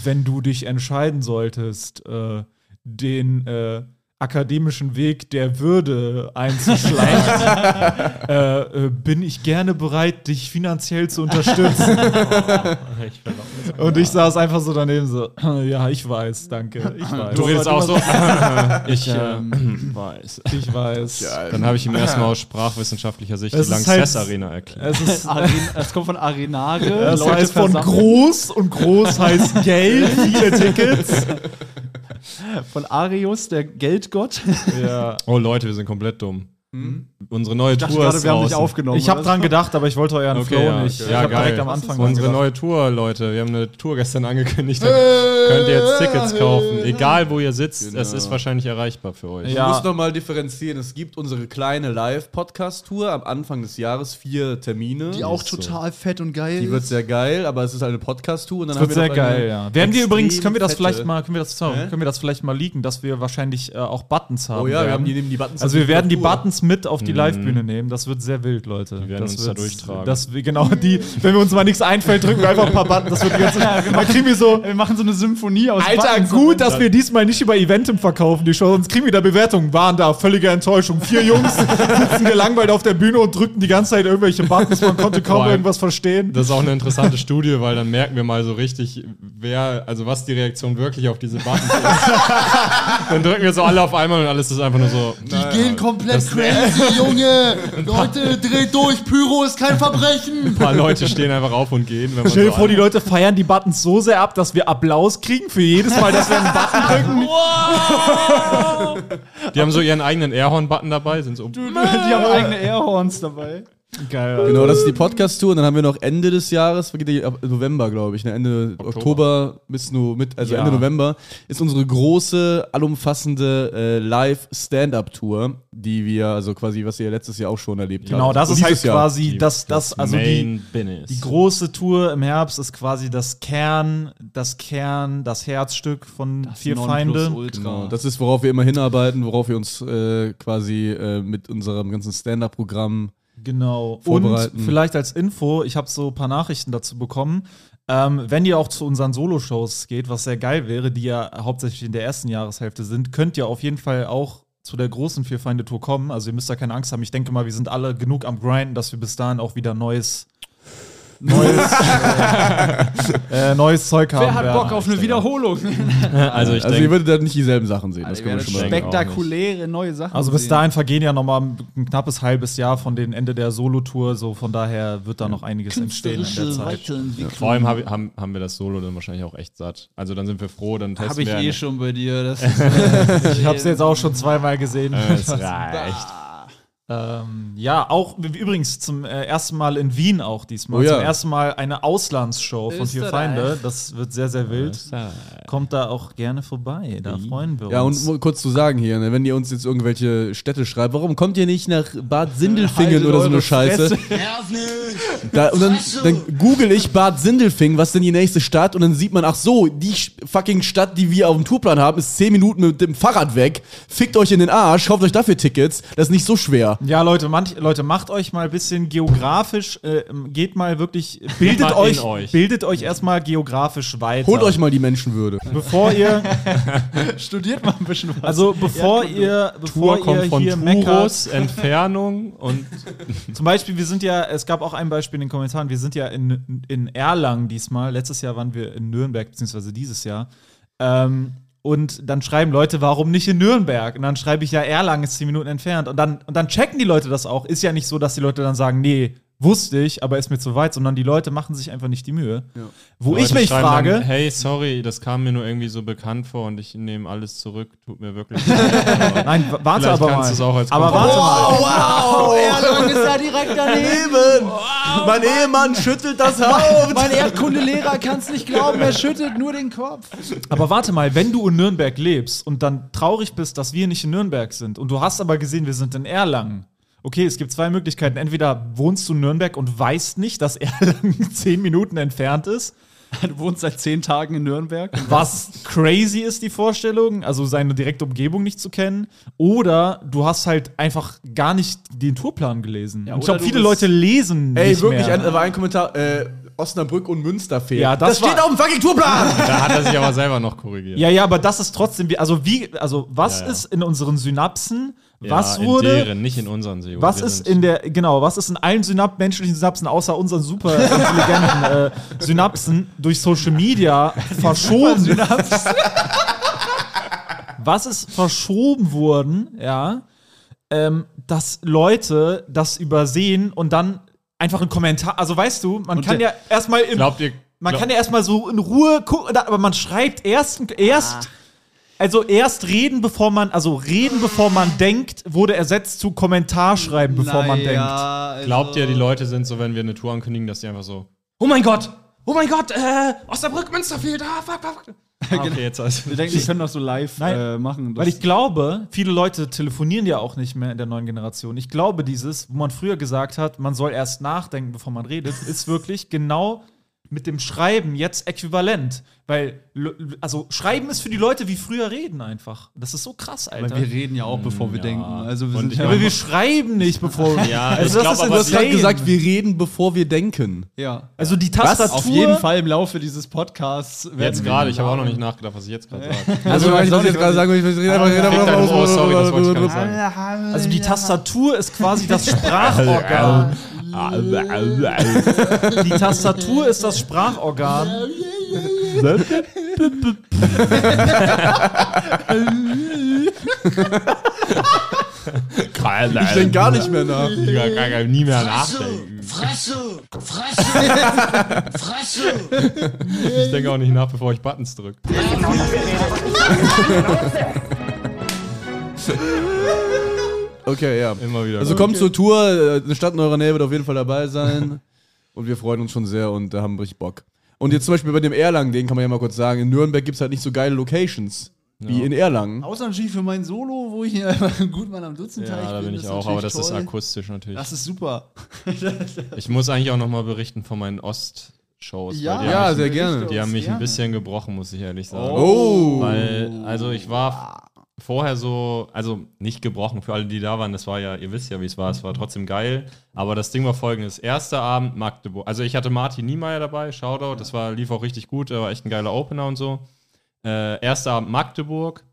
C: wenn du dich entscheiden solltest, äh, den äh, akademischen Weg der Würde einzuschlagen, äh, äh, bin ich gerne bereit, dich finanziell zu unterstützen. Und ich saß einfach so daneben so, ja, ich weiß, danke, ich weiß.
F: Du redest auch so. ich
B: ähm,
F: weiß.
C: Ich weiß.
F: Dann habe ich ihm erstmal aus sprachwissenschaftlicher Sicht
C: Es
F: die
C: ist halt-
F: Lanxess-Arena erklärt.
C: Es ist
B: Aren- Es kommt von Arenare.
C: Das
B: Leute
C: heißt von
B: versammeln.
C: groß und groß heißt Geld, viele Tickets.
B: Von Arius, der Geldgott.
C: Ja.
F: Oh Leute, wir sind komplett dumm. Unsere neue
B: Hm? dachte
F: Tour
B: gerade,
F: ist
B: wir haben dich
F: draußen.
B: aufgenommen.
C: Ich habe
B: oder?
C: dran gedacht, aber ich wollte euren Flow nicht. ich hab direkt am Anfang dran
F: Unsere
C: gedacht.
F: neue Tour, Leute. Wir haben eine Tour gestern angekündigt. Da könnt ihr jetzt Tickets kaufen. Egal, wo ihr sitzt, es
B: Genau.
F: ist wahrscheinlich erreichbar für euch.
A: Ich
C: ja.
A: muss nochmal differenzieren. Es gibt unsere kleine Live-Podcast-Tour am Anfang des Jahres, vier Termine.
B: Die auch total fett und geil.
A: Die wird sehr geil, aber es ist eine Podcast-Tour. und dann
C: Das wird sehr
A: haben wir noch eine
C: geil, ja. Werden wir
A: extrem
C: übrigens, können wir das vielleicht
A: fette-
C: mal, können wir das, sorry,
A: Hä?
C: können wir das vielleicht mal leaken, dass wir wahrscheinlich äh, auch Buttons haben.
A: Oh ja, wir
C: werden.
A: haben die nehmen die Buttons.
C: Also wir
A: auf
C: werden die
A: Tour.
C: Buttons mit auf die Livebühne nehmen. Das wird sehr wild, Leute. Wir
F: Mhm. werden
C: das
F: uns da
C: wird's-
F: durchtragen.
C: Das, wir- genau, die, wenn wir uns mal nichts einfällt, drücken wir einfach ein paar Buttons. Das wird die ganze, dann kriegen wir so,
B: Wir machen so eine Symphonie aus
C: genau. Alter,
B: Buttons
C: gut, dass wir diesmal nicht über Eventim verkaufen, die Show, sonst kriegen wir da Bewertungen. Waren da, völlige Enttäuschung. Vier Jungs sitzen gelangweilt auf der Bühne und drückten die ganze Zeit irgendwelche Buttons. Man konnte kaum
F: allem-
C: irgendwas verstehen.
F: Das ist auch eine interessante Studie, weil dann merken wir mal so richtig, wer, also was die Reaktion wirklich auf diese Buttons ist. dann drücken wir so alle auf einmal und alles ist einfach nur so.
H: Die gehen komplett crazy, Junge! Leute, dreht durch, Pyro ist kein Verbrechen!
F: Ein paar Leute stehen einfach auf und gehen. Wenn man
C: Stell dir
F: so
C: vor, die Leute feiern die Buttons so sehr ab, dass wir Applaus kriegen für jedes Mal, dass wir einen Button drücken.
F: Die haben so ihren eigenen Airhorn-Button dabei, sind so.
B: Die haben eigene Airhorns dabei.
A: Genau, das ist die Podcast-Tour. Und dann haben wir noch Ende des Jahres, geht die ab November, glaube ich. Ne? Ende Oktober, bis nur mit, also Ende November, ist unsere große, allumfassende äh, Live-Stand-Up-Tour, die wir, also quasi, was ihr letztes Jahr auch schon erlebt habt.
C: Genau, das ist halt
A: Dieses Jahr.
C: quasi das, das, also die,
F: Business.
C: Die große Tour im Herbst ist quasi das Kern, das Kern, das Herzstück von Vier Feinde.
A: Genau. Das ist, worauf wir immer hinarbeiten, worauf wir uns äh, quasi äh, mit unserem ganzen Stand-Up-Programm
C: Genau. Und
A: Vorbereiten.
C: vielleicht als Info, ich habe so ein paar Nachrichten dazu bekommen. Ähm, wenn ihr auch zu unseren Solo-Shows geht, was sehr geil wäre, die ja hauptsächlich in der ersten Jahreshälfte sind, könnt ihr auf jeden Fall auch zu der großen Vier Feinde Tour kommen. Also ihr müsst da keine Angst haben. Ich denke mal, wir sind alle genug am Grinden, dass wir bis dahin auch wieder neues, neues, äh, äh, neues Zeug haben.
B: Wer hat
C: werden.
B: Bock auf eine Wiederholung?
F: also ich
A: Also ihr
F: denke,
A: würdet dann nicht dieselben Sachen sehen, das können wir schon mal
F: denken.
A: sagen.
B: Spektakuläre neue Sachen.
C: Also bis
B: sehen.
C: dahin vergehen ja nochmal ein knappes halbes Jahr von dem Ende der Solo-Tour, so von daher wird da noch einiges entstehen in der Zeit.
F: vor allem hab, haben, haben wir das Solo dann wahrscheinlich auch echt satt. Also dann sind wir froh, dann testen
B: Habe ich
F: wir
B: eh
F: eine-
B: schon bei dir. Das
C: Ich habe es jetzt auch schon zweimal gesehen.
F: Äh, Es reicht.
C: ähm, ja, auch übrigens zum äh, ersten Mal in Wien auch diesmal.
A: Oh ja.
C: Zum ersten Mal eine Auslandsshow von Vier
B: Österreich.
C: Feinde. Das wird sehr, sehr wild. Kommt da auch gerne vorbei, da freuen wir
A: Ja, und
C: uns.
A: mu- kurz zu sagen hier, ne, wenn ihr uns jetzt irgendwelche Städte schreibt, warum kommt ihr nicht nach Bad Sindelfingen
B: Haltet
A: oder so eine
B: eure
A: Scheiße?
B: Fresse.
H: Nerv nicht!
A: Da, und dann, dann google ich Bad Sindelfingen, was denn die nächste Stadt? Und dann sieht man, ach so, die Sch- fucking Stadt, die wir auf dem Tourplan haben, ist 10 Minuten mit dem Fahrrad weg. Fickt euch in den Arsch, kauft euch dafür Tickets. Das ist nicht so schwer.
C: ja, Leute, manch, Leute, macht euch mal ein bisschen geografisch, äh, geht mal wirklich, bildet
F: mal in
C: euch,
F: euch.
C: bildet euch erstmal geografisch weiter.
A: Holt euch mal die Menschenwürde.
C: bevor ihr
B: studiert mal ein bisschen was.
C: Also bevor ihr, bevor
F: Tour kommt
C: ihr
F: von
C: hier meckert,
F: Touros, Entfernung und
C: zum Beispiel, wir sind ja, es gab auch ein Beispiel in den Kommentaren, wir sind ja in, in Erlangen diesmal, letztes Jahr waren wir in Nürnberg, beziehungsweise dieses Jahr. Ähm, und dann schreiben Leute, warum nicht in Nürnberg? Und dann schreibe ich ja, Erlangen ist 10 Minuten entfernt. Und dann, und dann checken die Leute das auch. Ist ja nicht so, dass die Leute dann sagen, nee, wusste ich, aber ist mir zu weit, sondern die Leute machen sich einfach nicht die Mühe. Wo ich
F: Leute
C: mich
F: schreiben
C: frage,
F: Dann, hey, sorry, das kam mir nur irgendwie so bekannt vor und ich nehme alles zurück. Tut mir wirklich leid.
C: nein, w- warte
F: Vielleicht
C: aber
F: kannst
C: mal.
F: du's auch als
C: aber warte
F: Kompromiss-
C: mal.
A: Wow, Erlangen ist da direkt daneben. mein Ehemann schüttelt das Haupt.
B: mein Erdkundelehrer kann es nicht glauben, er schüttelt nur den Kopf.
C: Aber warte mal, wenn du in Nürnberg lebst und dann traurig bist, dass wir nicht in Nürnberg sind und du hast aber gesehen, wir sind in Erlangen. Okay, es gibt zwei Möglichkeiten. Entweder wohnst du in Nürnberg und weißt nicht, dass Erlangen zehn Minuten entfernt ist,
B: Du wohnst seit zehn Tagen in Nürnberg.
C: was crazy ist, die Vorstellung, also seine direkte Umgebung nicht zu kennen. Oder du hast halt einfach gar nicht den Tourplan gelesen. und ich
B: oder
C: glaube,
B: du
C: viele
B: bist-
C: Leute lesen
A: Ey,
C: nicht
A: wirklich, also
C: mehr.
A: ein, da war ein Kommentar, äh, Osnabrück und Münster fehlen.
C: Ja, das war-
A: dem fucking Tourplan.
F: Da hat er sich aber selber noch korrigiert.
C: Ja, ja, aber das ist trotzdem, wie- also wie, also was
F: Ja, ja.
C: ist in unseren Synapsen,
F: Ja,
C: was
F: in
C: wurde,
F: deren, nicht in unseren Seelen.
C: Was
F: Wir
C: ist
F: sind-
C: in der, genau, was ist in allen Synap menschlichen Synapsen außer unseren super intelligenten äh, Synapsen durch Social Media verschoben? was ist verschoben worden, ja, ähm, dass Leute das übersehen und dann einfach einen Kommentar, also weißt du, man kann ja erstmal im.
F: Glaubt ihr.
C: Man
F: glaub-
C: kann ja erstmal so in Ruhe gucken, aber man schreibt erst, erst
B: Ah.
C: Also erst reden, bevor man, also reden, bevor man denkt, wurde ersetzt zu Kommentar schreiben, bevor man denkt.
H: denkt.
F: Glaubt ihr, die
C: Also-
F: Leute sind so, wenn wir eine Tour ankündigen, dass die einfach so.
E: Oh mein Gott! Oh mein Gott, äh, Osnabrück, Münsterfield, ah, fuck, fuck, fuck.
F: Ah, okay, jetzt also.
B: Ich denke, die können das so live
C: Nein.
B: äh, machen.
C: Weil ich glaube, viele Leute telefonieren ja auch nicht mehr in der neuen Generation. Ich glaube, dieses, wo man früher gesagt hat, man soll erst nachdenken, bevor man redet, ist wirklich genau mit dem Schreiben jetzt äquivalent. Weil, lo- also Schreiben ist für die Leute wie früher reden einfach. Das ist so krass,
B: Weil
C: Alter.
B: wir reden Mm, ja auch, bevor wir denken. Also wir
F: Und
B: sind
F: ich
B: ja,
C: Aber wir schreiben nicht, bevor wir.
F: Ja,
C: also,
F: ich
C: das
F: glaub,
C: ist
F: aber
A: Du hast gerade
C: insane.
A: gesagt, wir reden, bevor wir denken.
B: ja.
C: also die Tastatur.
B: Auf jeden Fall im Laufe dieses Podcasts werden
F: Jetzt
B: wir-
F: gerade, ich habe auch noch nicht nachgedacht, was ich jetzt gerade sage.
A: Also, ich wollte jetzt gerade sagen, ich rede einfach, rede
F: Fick deine Frau, sorry, das wollte ich gar
A: einfach.
F: nicht sagen.
C: Also die Tastatur ist quasi das Sprachorgan. die Tastatur ist das Sprachorgan.
A: Ich denke gar nicht mehr nach.
F: Ich kann gar nicht- nie mehr nachdenken.
H: Fresse, Fresse, Fresse, Fresse.
F: Ich denke auch nicht nach, bevor ich Buttons drücke.
A: Okay, ja.
F: Immer wieder.
A: Also kommt zur Tour, äh, eine Stadt in eurer Nähe wird auf jeden Fall dabei sein. und wir freuen uns schon sehr und da haben richtig Bock. Und jetzt zum Beispiel bei dem Erlangen, den kann man ja mal kurz sagen, in Nürnberg gibt es halt nicht so geile Locations wie in Erlangen.
H: Auslandsski für mein Solo, wo ich einfach ein Gutmann am Dutzenteich
F: ja, da bin
H: das
F: ich
H: ist
F: auch,
H: natürlich
F: aber das ist
H: toll.
F: akustisch natürlich.
H: Das ist super.
F: Ich muss eigentlich auch nochmal berichten von meinen Ost-Shows.
H: Ja,
F: weil die
A: Ja,
F: haben
A: sehr
F: mich,
A: gerne.
F: Die haben mich
H: Gerne.
F: ein bisschen gebrochen, muss ich ehrlich sagen.
A: Oh!
F: Weil, also ich war f- vorher so, also nicht gebrochen für alle, die da waren. Das war ja, ihr wisst ja, wie es war. Es war trotzdem geil. Aber das Ding war folgendes: Erster Abend Magdeburg. Also ich hatte Martin Niemeyer dabei, Shoutout. Das war, lief auch richtig gut. Da war echt ein geiler Opener und so. Äh, erster Abend Magdeburg.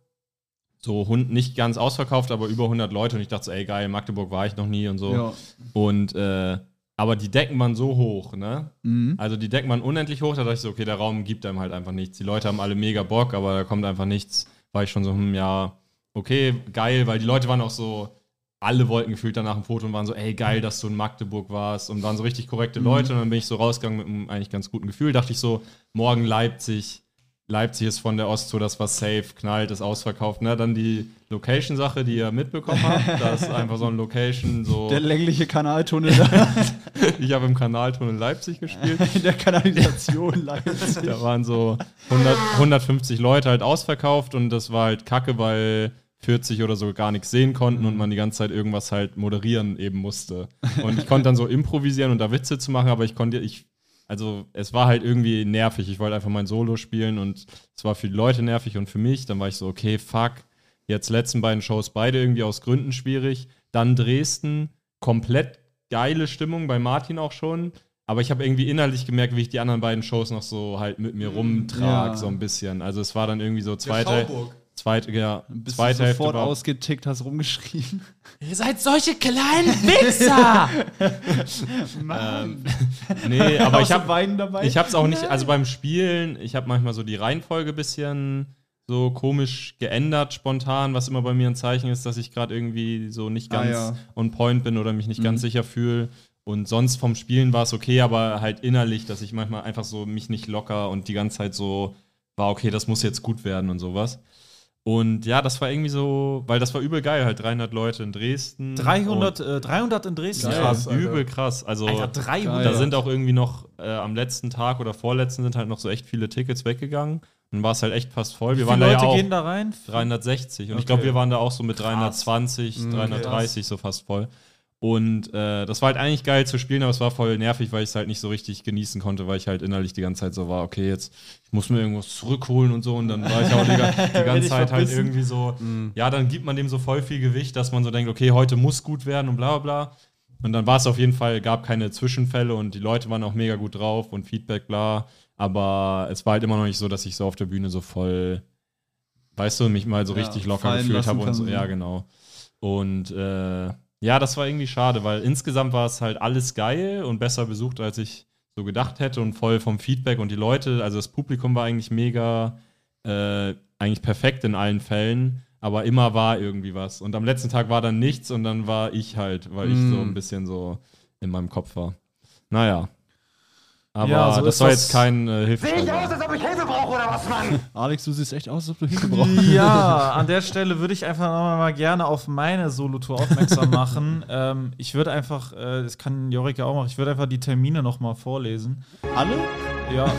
F: So Hund nicht ganz ausverkauft, aber über 100 Leute. Und ich dachte so, ey geil, Magdeburg war ich noch nie und so.
B: Ja.
F: Und äh, aber die Decken waren so hoch, ne? Also die Decken waren unendlich hoch, da dachte ich so, okay, der Raum gibt einem halt einfach nichts. Die Leute haben alle mega Bock, aber da kommt einfach nichts. War ich schon so, hm, ja, okay, geil, weil die Leute waren auch so, alle wollten gefühlt danach ein Foto und waren so, ey, geil, dass du in Magdeburg warst und waren so richtig korrekte Leute. Und dann bin ich so rausgegangen mit einem eigentlich ganz guten Gefühl. Dachte ich so, morgen Leipzig, Leipzig ist von der Osttour, das war safe, knallt, ist ausverkauft. Ne? Dann die Location-Sache, die ihr mitbekommen habt. Das ist einfach so ein Location, so.
B: Der längliche Kanaltunnel da
F: Ich habe im Kanaltunnel Leipzig gespielt.
B: in der Kanalisation Leipzig.
F: Da waren so 100, 150 Leute halt ausverkauft und das war halt kacke, weil 40 oder so gar nichts sehen konnten und man die ganze Zeit irgendwas halt moderieren eben musste. Und ich konnte dann so improvisieren und da Witze zu machen, aber ich konnte, ich, also es war halt irgendwie nervig. Ich wollte einfach mein Solo spielen und es war für die Leute nervig und für mich. Dann war ich so, okay, fuck. Jetzt letzten beiden Shows beide irgendwie aus Gründen schwierig. Dann Dresden, komplett geile Stimmung bei Martin auch schon. Aber ich habe irgendwie innerlich gemerkt, wie ich die anderen beiden Shows noch so halt mit mir rumtrage,
B: Mm, Ja.
F: so ein bisschen. Also es war dann irgendwie so zweite, zweite, ja,
B: Bist du
F: zweite Hälfte
B: sofort
F: war,
B: ausgetickt, hast rumgeschrien.
E: Ihr seid solche kleinen Wichser!
F: Nee, aber ich
B: Hast du
F: habe
B: Weinen dabei.
F: ich hab's auch nicht, also beim Spielen, ich habe manchmal so die Reihenfolge bisschen so komisch geändert spontan, was immer bei mir ein Zeichen ist, dass ich gerade irgendwie so nicht
B: Ah,
F: ganz
B: ja.
F: on point bin oder mich nicht ganz sicher fühle. Und sonst vom Spielen war es okay, aber halt innerlich, dass ich manchmal einfach so mich nicht locker und die ganze Zeit so war, okay, das muss jetzt gut werden und sowas. Und ja, das war irgendwie so, weil das war übel geil, halt 300 Leute in Dresden.
C: 300, äh, 300 in Dresden.
F: Und krass, übel krass. Also
C: Alter, 300.
F: da sind auch irgendwie noch äh, am letzten Tag oder vorletzten sind halt noch so echt viele Tickets weggegangen. Dann war es halt echt fast voll. Wir
C: Wie
F: waren
C: viele
F: da ja
C: Leute
F: auch
C: gehen da rein?
F: 360 und ich glaube, wir waren da auch so mit 320,
C: Mhm.
F: 330 so fast voll. Und äh, das war halt eigentlich geil zu spielen, aber es war voll nervig, weil ich es halt nicht so richtig genießen konnte, weil ich halt innerlich die ganze Zeit so war, okay, jetzt ich muss mir irgendwas zurückholen und so. Und dann war ich auch die, ga- die ganze Zeit halt irgendwie so,
C: Mhm.
F: ja, dann gibt man dem so voll viel Gewicht, dass man so denkt, okay, heute muss gut werden und bla bla bla. Und dann war es auf jeden Fall, gab keine Zwischenfälle und die Leute waren auch mega gut drauf und Feedback, bla. Aber es war halt immer noch nicht so, dass ich so auf der Bühne so voll, weißt du, mich mal so richtig locker
B: fallen
F: gefühlt
B: lassen
F: habe und so.
B: kann.
F: Ja, genau. Und äh, ja, das war irgendwie schade, weil insgesamt war es halt alles geil und besser besucht, als ich so gedacht hätte und voll vom Feedback und die Leute, also das Publikum war eigentlich mega, äh, eigentlich perfekt in allen Fällen, aber immer war irgendwie was. Und am letzten Tag war dann nichts und dann
C: Mm.
F: war ich halt, weil ich so ein bisschen so in meinem Kopf war. Naja. Aber
B: Ja, so
F: das
B: ist
F: war
B: das.
F: jetzt kein äh,
D: Sehe
E: Also,
D: ich
F: Hilfe.
D: aus, als ob ich Hilfe brauche oder was, Mann?
B: Alex, du siehst echt aus, als ob du Hilfe brauchst.
C: Ja, an der Stelle würde ich einfach noch mal gerne auf meine Solo-Tour aufmerksam machen. ähm, ich würde einfach, äh, das kann Jorik ja auch machen, ich würde einfach die Termine noch mal vorlesen.
B: Alle?
C: Ja.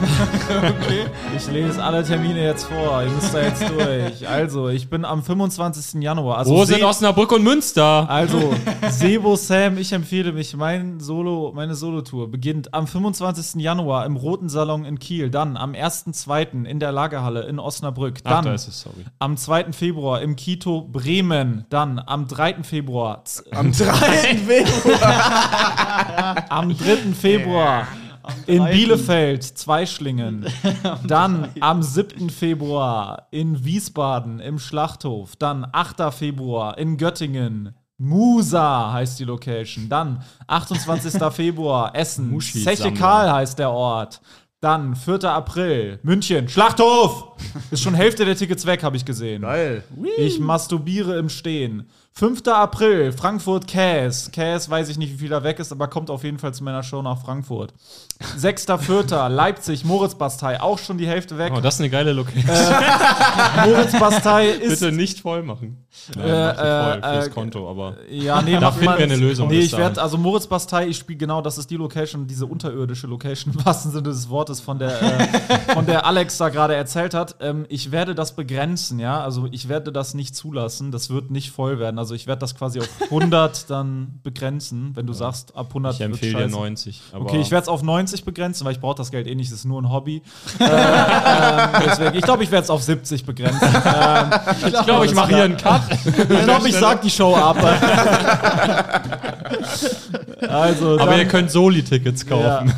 C: Ich lese alle Termine jetzt vor. Ihr müsst da jetzt durch. Also, ich bin am 25. Januar. Also
F: Wo
C: Se-
F: sind Osnabrück und Münster?
C: also, Sebo Sam, ich empfehle mich. Mein Solo, meine Solotour beginnt am 25. Januar im Roten Salon in Kiel. Dann am 1.2. in der Lagerhalle in Osnabrück. Dann
F: Ach, da ist es, sorry.
C: am 2. Februar im Kito Bremen. Dann am 3. Februar. z-
A: Am 3.
C: Am 3. Februar in Bielefeld Zweischlingen. Dann am 7. Februar in Wiesbaden im Schlachthof. Dann 8. Februar in Göttingen. Musa heißt die Location. Dann 28. Februar Essen.
F: Muschi-Sammler.
C: Zeche Karl heißt der Ort. Dann 4. April München. Schlachthof! Ist schon Hälfte der Tickets weg, habe ich gesehen.
A: Geil.
C: Ich masturbiere im Stehen. 5. April, Frankfurt Käs. Käs weiß ich nicht, wie viel da weg ist, aber kommt auf jeden Fall zu meiner Show nach Frankfurt. 6.4. Leipzig, Moritzbastei, auch schon die Hälfte weg.
F: Oh, das ist eine geile Location.
C: Moritzbastei ist.
F: Bitte nicht voll machen.
C: Äh,
F: Nein, mach nicht voll
C: äh,
F: fürs
C: äh,
F: Konto, aber.
C: Ja, nee,
F: Da
C: mach
F: finden
C: mal-
F: wir eine Lösung,
C: Nee,
F: bis
C: ich werde,
F: dahin.
C: also Moritzbastei, ich spiele genau, das ist die Location, diese unterirdische Location im wahrsten Sinne des Wortes, von der, äh, von der Alex da gerade erzählt hat. Ähm, ich werde das begrenzen, ja, also ich werde das nicht zulassen, das wird nicht voll werden. Also ich werde das quasi auf 100 dann begrenzen, wenn du sagst, ab 100
F: Ich
C: wird's
F: empfehle dir
C: scheiße.
F: 90. Aber
C: Okay, ich werde es auf 90 begrenzen, weil ich brauche das Geld eh nicht, es ist nur ein Hobby. äh, ähm, deswegen, ich glaube, ich werde es auf 70 begrenzen. Ähm,
F: ich glaube, ich mache hier einen Cut.
C: ich glaube, ich sag die Show ab. also,
F: Aber ihr
C: dann,
F: könnt Soli-Tickets kaufen.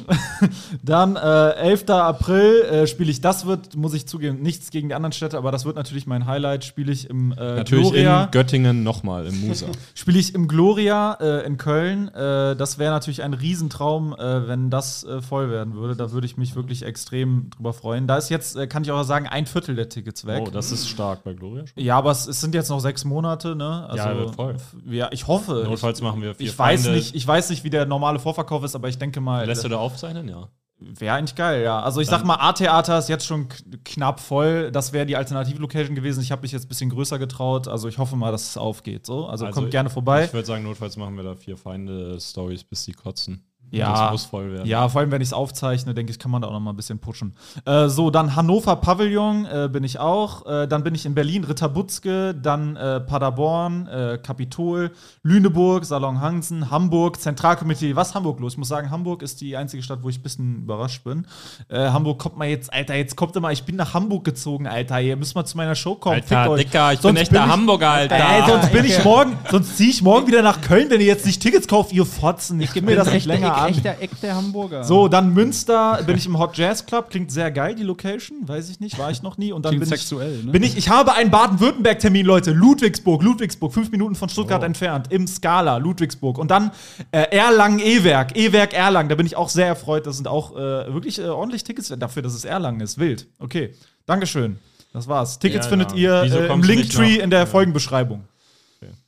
C: dann äh, 11. April äh, spiele ich, das wird, muss ich zugeben, nichts gegen die anderen Städte, aber das wird natürlich mein Highlight, spiele ich im äh,
F: Natürlich
C: Gloria.
F: in Göttingen nochmal, im Musa.
C: Spiele ich im Gloria äh, in Köln. Äh, das wäre natürlich ein Riesentraum, äh, wenn das äh, voll werden würde. Da würde ich mich wirklich extrem drüber freuen. Da ist jetzt, äh, kann ich auch sagen, ein Viertel der Tickets weg.
F: oh, das ist stark bei Gloria schon.
C: ja, aber es, es sind jetzt noch sechs Monate, ne? Also,
F: Ja, wird voll.
C: f- Ja, ich hoffe.
F: Notfalls machen
C: Äh,
F: wir
C: ich
F: vier
C: ich weiß
F: Feinde.
C: nicht, ich weiß nicht, wie der normale Vorverkauf ist, aber ich denke mal,
F: Lässt du da aufzeichnen? Ja.
C: wäre eigentlich geil, ja. Also ich sag mal, A-Theater ist jetzt schon k- knapp voll. Das wäre die Alternativlocation gewesen. Ich habe mich jetzt ein bisschen größer getraut. Also ich hoffe mal, dass es aufgeht. So, also, kommt gerne vorbei.
F: Ich würde sagen, notfalls machen wir da vier Feinde-Stories, bis die kotzen.
C: Ja.
F: Das muss voll werden.
C: Ja, vor allem, wenn ich es aufzeichne, denke ich, kann man da auch noch mal ein bisschen pushen. Äh, so, dann Hannover Pavillon äh, bin ich auch. Äh, dann bin ich in Berlin, Ritterbutzke, dann äh, Paderborn, äh, Kapitol, Lüneburg, Salon Hansen, Hamburg, Zentralkomitee. Was ist Hamburg los? Ich muss sagen, Hamburg ist die einzige Stadt, wo ich ein bisschen überrascht bin. Äh, Hamburg kommt mal jetzt, Alter, jetzt kommt immer, ich bin nach Hamburg gezogen, Alter. Ihr müsst mal zu meiner Show kommen. Fickt euch. Sonst
F: Hamburger, Alter.
C: Ey, sonst bin ich morgen, sonst ziehe ich morgen wieder nach Köln, wenn ihr jetzt nicht Tickets kauft, ihr Fotzen. Ich gebe mir das nicht länger an.
B: Echter Eck der Hamburger.
C: So, dann Münster bin ich im Hot Jazz Club. Klingt sehr geil, die Location. Weiß ich nicht, war ich noch nie. Und dann
B: Klingt
C: bin
B: sexuell,
C: ich,
B: ne?
C: bin ich. Ich habe einen Baden-Württemberg-Termin, Leute. Ludwigsburg, Ludwigsburg, fünf Minuten von Stuttgart entfernt. Im Skala, Ludwigsburg. Und dann äh, Erlangen-Ewerk, Ewerk Erlangen. Da bin ich auch sehr erfreut. Das sind auch äh, wirklich äh, ordentlich Tickets dafür, dass es Erlangen ist. Wild. Okay, Dankeschön. Das war's. Tickets findet ihr
F: Erlangen. Wieso
C: äh, im
F: kommst du nicht
C: Linktree
F: nach-
C: in der Folgenbeschreibung.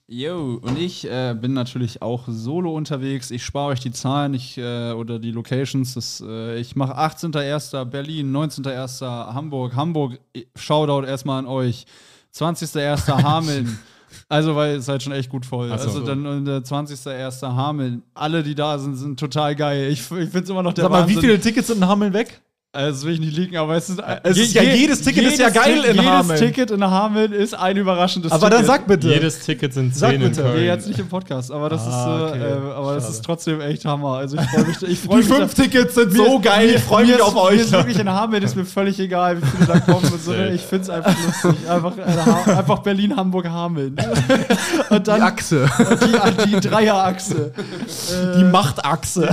B: Yo, und ich äh, bin natürlich auch solo unterwegs. Ich spare euch die Zahlen ich, äh, oder die Locations. Das, äh, ich mache 18.01. Berlin, 19.01. Hamburg. Hamburg, eh, Shoutout erstmal an euch. 20.01. Hameln. Also, weil es halt schon echt gut voll.
F: so.
B: Also, dann und, äh, 20.01. Hameln. Alle, die da sind, sind total geil. Ich, ich finde es immer noch der
C: Sag mal, wie
B: Wahnsinn.
C: viele Tickets sind in Hameln weg?
B: Also, das will ich nicht liegen, aber es ist.
C: Es ist ja- jedes Ticket ist ja geil in
B: jedes
C: Hameln.
B: Jedes Ticket in Hameln ist ein überraschendes
C: Aber
B: Ticket.
C: dann sag bitte.
F: Jedes Ticket sind
C: Sag
F: 10 in
C: bitte.
F: Köln.
B: Nee, jetzt nicht im Podcast, aber das
C: Ah,
B: ist, äh,
C: okay.
B: äh, aber das
C: Schade.
B: ist trotzdem echt Hammer. Also ich freue mich, ich freu
C: Die
B: mich
C: fünf Tickets sind
B: da-
C: so geil.
B: Mir-
C: Ich freue
B: mir
C: mich
B: ist-
C: auf
B: Mir
C: euch.
B: ist wirklich in Hameln ist mir völlig egal, wie viele da kommen und so. ne? Ich finde es einfach lustig. Einfach, äh, Ha- einfach Berlin, Hamburg, Hameln. Und
A: Die
B: dann
A: Achse.
B: die, die Dreierachse.
C: Die Machtachse.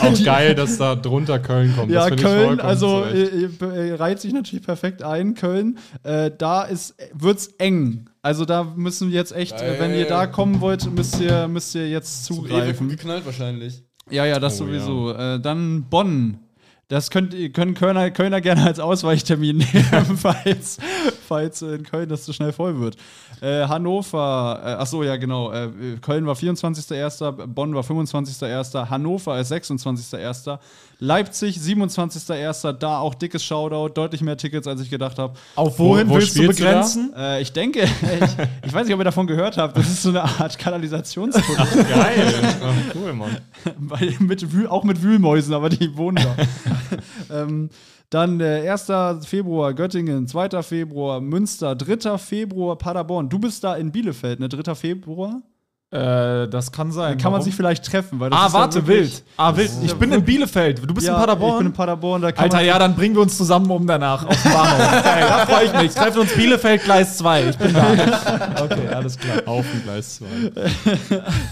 F: Auch geil, dass da drunter Köln kommt.
B: Ja,
F: das find ich
B: Köln,
F: vollkommen
B: also
F: zurecht.
B: äh, äh, reiht sich natürlich perfekt ein, Köln. Äh, da ist- wird's eng. Also da müssen wir jetzt echt, äh, wenn ihr da kommen wollt, müsst ihr, müsst ihr jetzt zugreifen.
A: Geknallt wahrscheinlich.
B: Ja, ja, das
F: Oh,
B: sowieso. Äh, dann Bonn. Da- Das könnt, können Kölner, Kölner gerne als Ausweichtermin nehmen, falls, falls in Köln das zu schnell voll wird. Äh, Hannover, äh, ach so, ja, genau. Äh, Köln war 24.01., Bonn war 25.01., Hannover ist 26.01., Leipzig 27.01., da auch dickes Shoutout, deutlich mehr Tickets, als ich gedacht habe.
C: Auf wohin
F: wo
C: willst du
F: spielst du da?
C: begrenzen?
B: Äh, ich denke, ich, ich weiß nicht, ob ihr davon gehört habt, das ist so eine Art Kanalisationsprodukt.
F: Geil. Ach, cool, Mann.
B: Weil mit, Wühl- auch mit Wühlmäusen, aber die wohnen da. ähm, dann äh, 1. Februar Göttingen, 2. Februar Münster, 3. Februar Paderborn. Du bist da in Bielefeld, ne? 3. Februar?
C: Äh, das kann sein.
B: Dann kann man
C: Warum?
B: sich vielleicht treffen, weil das
C: Ah,
B: ist ja
C: warte,
B: wirklich-
C: wild. Ah, wild. Ich bin in Bielefeld. Du bist
B: Ja,
C: in Paderborn.
B: Ich bin in Paderborn, da kann
C: Alter,
B: man
C: ja, dann bringen wir uns zusammen um danach auf dem Bahnhof. Geil, da freue ich mich. Treffen uns Bielefeld Gleis 2. Ich bin da. Okay, alles klar.
F: Auf dem Gleis 2.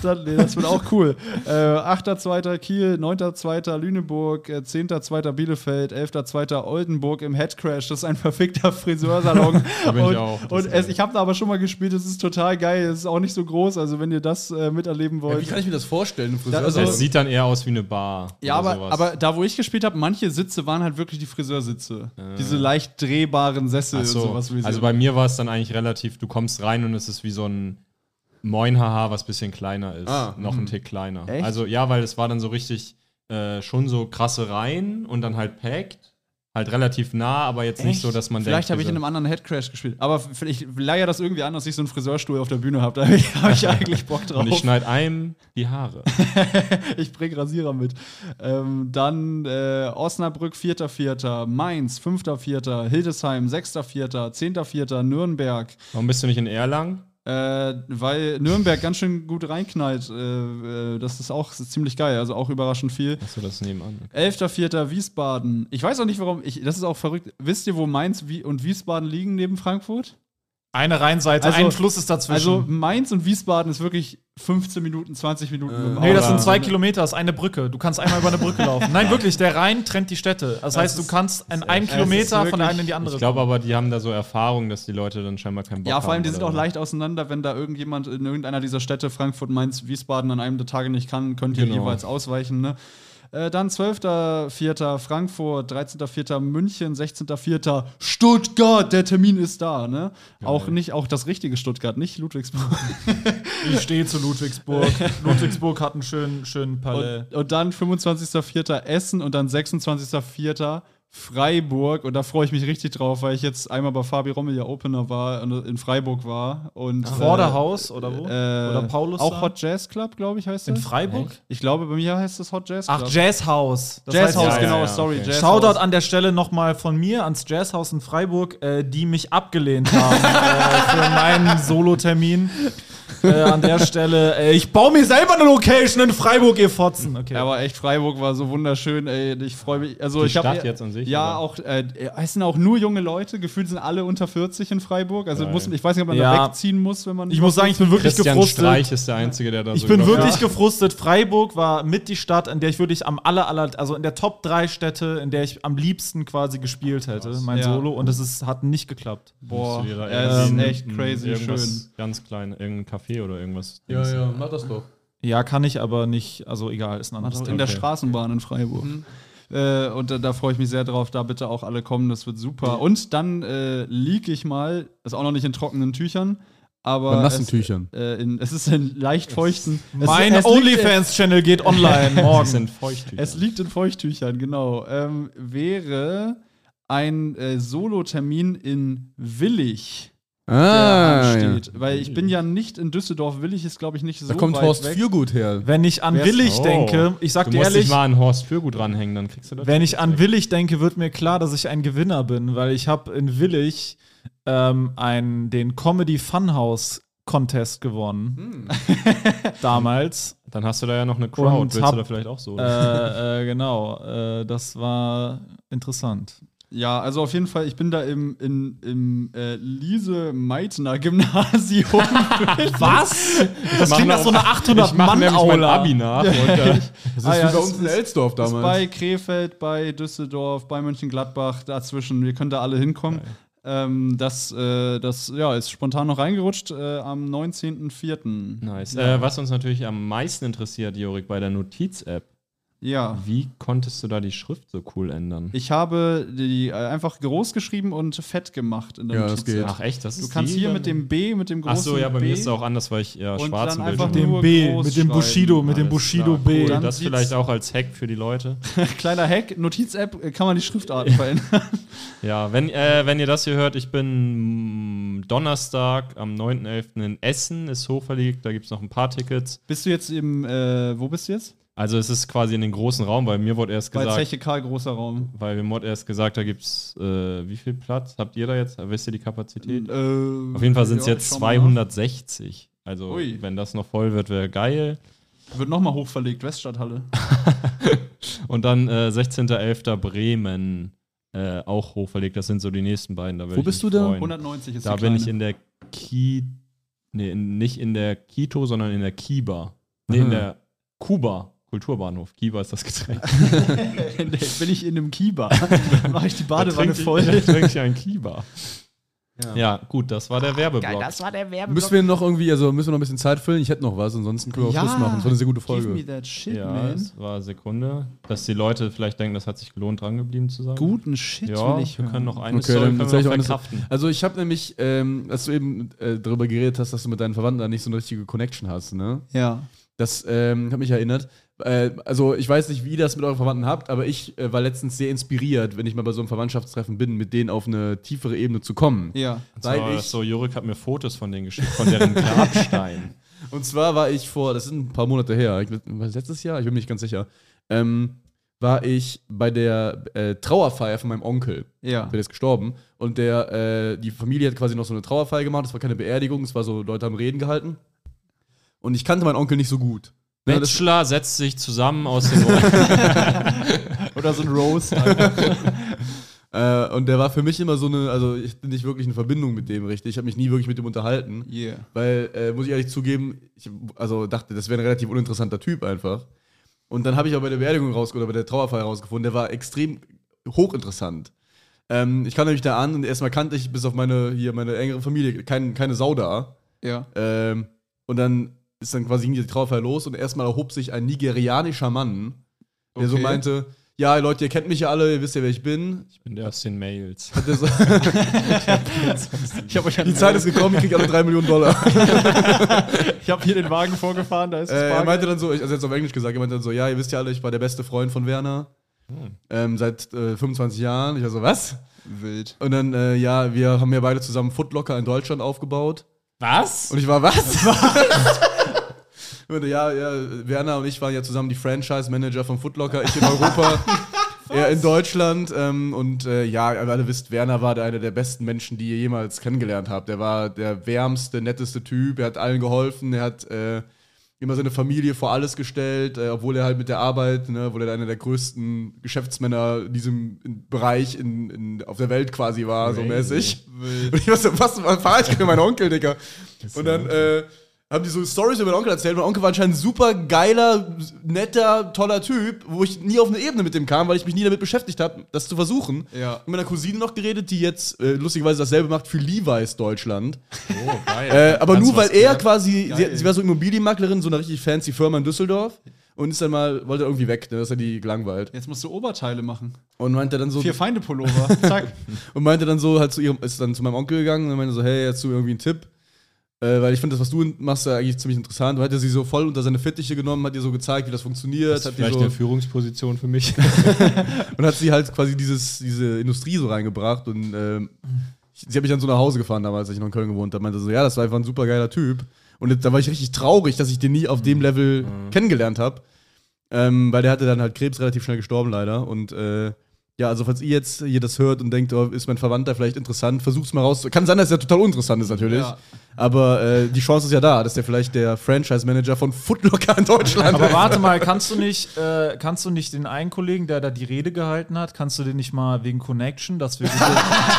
B: dann, nee, das wird auch cool. Äh, 8.2. Kiel, 9.2. Lüneburg, äh, 10.2. Bielefeld, 11.2. Oldenburg im Headcrash. Das ist ein verfickter Friseursalon.
F: Da bin ich
B: und
F: auch. Das
B: und
F: ist
B: es, ich habe da aber schon mal gespielt, es ist total geil. Es ist auch nicht so groß, also wenn ihr das äh, miterleben
A: Wie
B: wollt.
A: kann ich mir das vorstellen?
B: also-
F: Es sieht dann eher aus wie eine Bar.
B: Ja,
F: oder
B: aber,
F: sowas.
B: aber da, wo ich gespielt habe, manche Sitze waren halt wirklich die Friseursitze. Diese leicht drehbaren Sessel
F: Äh. Ach so.
B: und sowas. wie sie-
F: Also bei mir war es dann eigentlich relativ, du kommst rein und es ist wie so ein Moin Haha, was ein bisschen kleiner ist.
A: Ah,
F: noch ein Tick kleiner.
B: mhm. Echt?
F: Also ja, weil es war dann so richtig äh, schon so krasse Reihen und dann halt packt. Halt relativ nah, aber jetzt nicht so, dass man
B: Vielleicht habe
F: denkt. also
B: ich
F: diese-
B: in einem anderen Headcrash gespielt. Aber vielleicht leier das irgendwie an, dass ich so einen Friseurstuhl auf der Bühne habe. Da habe ich, hab ich eigentlich Bock drauf.
F: und ich schneide einem die Haare.
B: ich bringe Rasierer mit. Ähm, dann äh, Osnabrück 4.4., Mainz 5.4., Hildesheim 6.4., 10.4., Nürnberg.
F: Warum bist du nicht in Erlangen?
B: Äh, weil Nürnberg ganz schön gut reinknallt. Äh, äh, das ist auch ziemlich geil, also auch überraschend viel.
F: Achso, das ist nebenan.
B: 11.4. Wiesbaden. Ich weiß auch nicht, warum. Ich, das ist auch verrückt. Wisst ihr, wo Mainz Wi- und Wiesbaden liegen neben Frankfurt?
C: Eine Rheinseite,
B: Also-
C: ein Fluss ist dazwischen.
B: Also Mainz und Wiesbaden ist wirklich 15 Minuten, 20 Minuten. mit dem
C: Nee, das
B: Auto.
C: sind zwei Kilometer, das ist eine Brücke. Du kannst einmal über eine Brücke laufen. Nein, wirklich, der Rhein trennt die Städte. Das heißt, du kannst in einem Kilometer von der einen in die andere.
F: Ich glaube aber, die haben da so Erfahrung, dass die Leute dann scheinbar keinen Bock
B: Ja,
F: haben.
B: vor allem, die
F: oder
B: sind auch
F: so.
B: leicht auseinander. Wenn da irgendjemand in irgendeiner dieser Städte, Frankfurt, Mainz, Wiesbaden, an einem der Tage nicht kann, könnt ihr
F: Genau.
B: jeweils ausweichen. Ne? Äh, dann 12.04. Frankfurt, 13.04. München, 16.04. Stuttgart. Der Termin ist da. Ne? Auch nicht, auch das richtige Stuttgart, nicht Ludwigsburg.
C: ich stehe zu Ludwigsburg. Ludwigsburg hat einen schönen, schönen Palais.
B: Und, und dann 25.04. Essen und dann 26.04. Freiburg. Und da freue ich mich richtig drauf, weil ich jetzt einmal bei Fabi Rommel ja Opener war, und in Freiburg war. Und,
C: Vorderhaus oder wo?
B: Äh,
C: oder Paulus?
B: Auch Hot Jazz Club, glaube ich, heißt
C: in
B: das.
C: Freiburg?
B: Ich glaube, bei mir heißt das Hot Jazz Club.
C: Ach, Jazzhaus. Das
B: Jazz
C: heißt-
B: House,
F: ja,
B: genau,
F: ja,
B: sorry.
F: okay.
B: Jazz
C: Shoutout
B: House.
C: an der Stelle nochmal von mir ans Jazzhaus in Freiburg, äh, die mich abgelehnt haben äh, für meinen Solo-Termin. Äh, an der Stelle, äh, ich baue mir selber eine Location in Freiburg, ihr Fotzen. Okay.
B: Ja, aber echt, Freiburg war so wunderschön, ey. Ich freue mich. Also,
F: Die
B: ich hab-
F: Stadt jetzt an sich,
B: Ja,
F: oder?
B: auch. Äh, es sind auch nur junge Leute. Gefühlt sind alle unter 40 in Freiburg. Also,
F: Geil.
B: muss, ich weiß nicht, ob man
C: Ja.
B: da wegziehen muss, wenn man.
C: ich muss sagen, ich bin wirklich
F: Christian also genau.
C: gefrustet.
F: Streich ist der Einzige, der da
C: Ich
F: so
C: bin
F: überfährt.
C: wirklich gefrustet. Freiburg war mit die Stadt, in der ich wirklich am aller, aller also in der Top 3 Städte, in der ich am liebsten quasi gespielt hätte, mein
B: Ja.
C: Solo. Und das ist, hat nicht geklappt.
B: Boah,
F: Musst du dir da
B: es ist
F: irgendwie
B: echt
F: ein-
B: crazy
F: irgendwas
B: schön.
F: Ganz klein, irgendein Café oder irgendwas.
A: ja, ja, mach das doch.
C: Ja, kann ich aber nicht, also egal, ist ein anderes
B: Also
C: Thema.
B: in der
F: Okay.
B: Straßenbahn in Freiburg. Äh, und da, da freue ich mich sehr drauf. Da bitte auch alle kommen, das wird super. Und dann äh, leak ich mal, ist auch noch nicht in trockenen Tüchern, aber.
A: Bei nassen
B: es,
A: Tüchern.
B: Äh, in, es ist in leicht feuchten. Es-
C: Mein
B: es liegt-
C: OnlyFans-Channel geht online
F: Das
C: morgen.
F: sind Feuchttücher.
B: Es liegt in Feuchttüchern, genau. Ähm, wäre ein äh, Solo-Termin in Willig, der
A: Ah,
B: ansteht. Weil ich bin ja nicht in Düsseldorf. Willig ist, glaube ich, nicht so
A: Da kommt
B: weit
A: Horst
B: weg. Ah,
A: Fürgut her.
C: Wenn ich an
B: Wer-
C: Willig
F: Oh.
C: denke, ich sag
F: du
C: dir
F: musst
C: ehrlich,
F: dich mal an Horst Fürgut ranhängen, dann kriegst du das.
C: wenn ich an Willig denke, wird mir klar, dass ich ein Gewinner bin, weil ich habe in Willig ähm, ein, den Comedy Funhouse Contest
F: Hm.
C: gewonnen. Damals.
F: dann hast du da ja noch eine Crowd.
C: Und
F: Willst
C: hab-
F: du da vielleicht auch so?
C: äh, äh, genau, äh, das war interessant.
B: Ja, also auf jeden Fall, ich bin da im, in, im äh, Liese-Meitner-Gymnasium.
C: Was? Das
F: mach
C: klingt nach so
F: noch-
C: einer
F: ich mache nämlich mein
C: 800-Mann-Aula.
F: Abi nach. Und, äh,
A: Das ist
B: Ah
A: wie bei
B: ja, das
A: uns in Elsdorf
B: Ist bei
A: damals.
B: Krefeld, bei Düsseldorf, bei Mönchengladbach, dazwischen. Wir können da alle hinkommen. Ähm, das äh, das ja, ist spontan noch reingerutscht äh, am 19.04.
F: nice. Äh, was uns natürlich am meisten interessiert, Jorik, bei der Notiz-App.
B: Ja.
F: Wie konntest du da die Schrift so cool ändern?
B: Ich habe die äh, einfach groß geschrieben und fett gemacht in der
A: Ja, das
B: Notiz.
A: geht.
F: Ach echt, das
B: Du
F: ist
B: kannst
F: die?
B: hier mit dem B, mit dem großen
F: Ach so, ja, bei
B: B
F: mir ist es auch anders, weil ich ja
B: und
F: schwarz
B: dann
F: im
B: einfach
F: Bildschirm
C: Dem
B: nur
C: B,
B: groß
C: mit dem Bushido,
B: schreiben.
C: mit dem
F: Alles
C: Bushido
F: klar,
C: B.
F: Cool.
B: Dann
F: Das
B: sieht's-
F: vielleicht auch als Hack für die Leute.
B: Kleiner Hack, Notiz-App, äh, kann man die Schriftarten verändern.
F: Ja, wenn, äh, wenn ihr das hier hört, ich bin mm, Donnerstag am 9.11. in Essen, ist hochverlegt, da gibt es noch ein paar Tickets.
B: bist du jetzt im, äh, wo bist du jetzt?
F: Also es ist quasi in den großen Raum, weil mir wurde erst
B: Bei
F: gesagt,
B: Zeche Karl, großer Raum.
F: weil mir wurde erst gesagt, da gibt es äh, wie viel Platz? Habt ihr da jetzt? Wisst ihr die Kapazität?
B: Äh,
F: Auf jeden Fall sind es
B: ja,
F: jetzt
B: schau mal
F: 260. Also
B: Ui.
F: wenn das noch voll wird, wäre geil.
B: nach. Wird nochmal hochverlegt, Weststadthalle.
F: Und dann äh, 16.11. Bremen äh, auch hochverlegt. Das sind so die nächsten beiden. Da
A: Wo bist du da?
B: 190 ist
F: Da
B: die
F: bin
B: kleine.
F: ich in der Ki. Nee, in, nicht in der Kito, sondern in der Kiba. Nee, in der Kuba. Kulturbahnhof. Kiba ist das Getränk.
B: Nee, bin ich in einem Kiba. Mache ich die Badewanne
F: Trink ich-
B: voll.
F: da Trink ich einen Kiba. Ja. gut, das war der Werbeblock.
A: Müssen wir noch irgendwie, also müssen wir noch ein bisschen Zeit füllen? Ich hätte noch was, ansonsten können wir auch Schluss machen. Das war eine sehr gute
B: Give
A: Folge.
B: me that shit,
F: ja,
B: man.
F: es war Sekunde. Dass die Leute vielleicht denken, das hat sich gelohnt, drangeblieben zu sein.
B: Guten Shit
F: Ja,
B: will ich
F: wir
B: hören.
F: können noch eine
A: Okay,
F: Story
A: dann
F: können
A: erzähl ich
F: wir noch
A: auch eine-
F: verkraften.
A: Also ich habe nämlich, ähm, als du eben äh, darüber geredet hast, dass du mit deinen Verwandten da nicht so eine richtige Connection hast, ne?
B: Ja.
A: Das ähm, hat mich erinnert. Äh, also ich weiß nicht, wie ihr das mit euren Verwandten habt, aber ich äh, war letztens sehr inspiriert, wenn ich mal bei so einem Verwandtschaftstreffen bin, mit denen auf eine tiefere Ebene zu kommen.
B: Ja.
A: Weil
F: Weil
A: ich,
F: so, Jurek hat mir Fotos von denen geschickt, von deren Grabstein.
A: und zwar war ich vor, das sind ein paar Monate her, ich, war das letztes Jahr, ich bin mir nicht ganz sicher, ähm, war ich bei der äh, Trauerfeier von meinem Onkel.
B: Ja.
A: Der ist gestorben. Und der, äh, die Familie hat quasi noch so eine Trauerfeier gemacht. Es war keine Beerdigung, es war so, Leute haben Reden gehalten. Und ich kannte meinen Onkel nicht so gut. Ne, das-
F: Bachelor setzt sich zusammen aus dem
B: Oder so ein Rose. Alter.
A: Äh, und der war für mich immer so eine, also ich bin nicht wirklich in Verbindung mit dem richtig. Ich habe mich nie wirklich mit dem unterhalten.
B: yeah.
A: Weil, äh, muss ich ehrlich zugeben, ich also dachte, das wäre ein relativ uninteressanter Typ einfach. Und dann habe ich aber bei der Beerdigung raus oder bei der Trauerfeier rausgefunden, der war extrem hochinteressant. Ähm, ich kam nämlich da an und erstmal kannte ich bis auf meine, hier, meine engere Familie kein, keine Sau da.
B: Ja.
A: Ähm, und dann ist dann quasi ging die Trauerfeier los und erstmal erhob sich ein nigerianischer Mann, der so
B: Okay.
A: meinte, ja, Leute, ihr kennt mich ja alle, ihr wisst ja, wer ich bin.
F: Ich bin der aus den Mails.
A: Hat der so,
B: Ich habe euch
A: die Zeit ist gekommen, ich krieg alle drei Millionen Dollar.
B: Ich habe hier den Wagen vorgefahren, da ist
A: Äh, er
B: Bargeld.
A: meinte dann so, ich- also jetzt auf Englisch gesagt, er meinte dann so, ja, ihr wisst ja alle, ich war der beste Freund von Werner. Ähm, seit äh, 25 Jahren. Ich war so, was?
B: Wild.
A: Und dann, äh, ja, wir haben ja beide zusammen Footlocker in Deutschland aufgebaut.
F: Was?
A: Und ich war, was? Ich meinte, ja, ja, Werner und ich waren ja zusammen die Franchise-Manager von Footlocker, ich in Europa. Er in Deutschland ähm, und äh, ja, ihr alle wisst, Werner war der, einer der besten Menschen, die ihr jemals kennengelernt habt. Er war der wärmste, netteste Typ, er hat allen geholfen, er hat äh, immer seine Familie vor alles gestellt, äh, obwohl er halt mit der Arbeit, ne, obwohl er einer der größten Geschäftsmänner in diesem in- Bereich in, in, auf der Welt quasi war, so mäßig. Und ich war so, was fahre ich mit meinem Onkel, Digga? Und dann äh, haben die so Stories über meinen Onkel erzählt. Mein Onkel war anscheinend ein super geiler, netter, toller Typ, wo ich nie auf eine Ebene mit dem kam, weil ich mich nie damit beschäftigt habe, das zu versuchen.
B: Ja.
A: Mit meiner Cousine noch geredet, die jetzt äh, lustigerweise dasselbe macht für Levi's Deutschland.
F: Oh, geil.
A: Äh, aber
F: Hast
A: nur
F: du was
A: weil er
F: gelernt?
A: quasi, sie, sie war so Immobilienmaklerin, so eine richtig fancy Firma in Düsseldorf und ist dann mal, wollte irgendwie weg, ne? das hat die gelangweilt.
B: Jetzt musst du Oberteile machen.
A: Und meinte dann so,
B: Vier Feinde-Pullover. Zack.
A: und meinte dann so halt zu ihrem, ist dann zu meinem Onkel gegangen und meinte so, hey, hast du irgendwie einen Tipp? Äh, weil ich finde das, was du machst, ja eigentlich ziemlich interessant. Und hat er sie so voll unter seine Fittiche genommen, hat ihr so gezeigt, wie das funktioniert,
F: Das ist
A: hat die
F: vielleicht
A: so,
F: eine Führungsposition für mich.
A: und hat sie halt quasi dieses, diese Industrie so reingebracht und ähm, ich- sie hat mich dann so nach Hause gefahren damals, als ich noch in Köln gewohnt habe. Meinte so, ja, das war einfach ein super geiler Typ. Und jetzt- da war ich richtig traurig, dass ich den nie auf dem Level kennengelernt habe. Ähm, weil der hatte dann halt Krebs relativ schnell gestorben, leider. Und äh, ja, also falls ihr jetzt hier das hört und denkt, oh, ist mein Verwandter vielleicht interessant, versucht's mal raus. Kann sein, dass der total uninteressant ist natürlich.
B: Ja.
A: Aber äh, die Chance ist ja da, dass der vielleicht der Franchise-Manager von Footlocker in Deutschland
C: Aber
A: ist.
C: warte mal, kannst du nicht, äh, kannst du nicht den einen Kollegen, der da die Rede gehalten hat, kannst du den nicht mal wegen Connection, dass wir,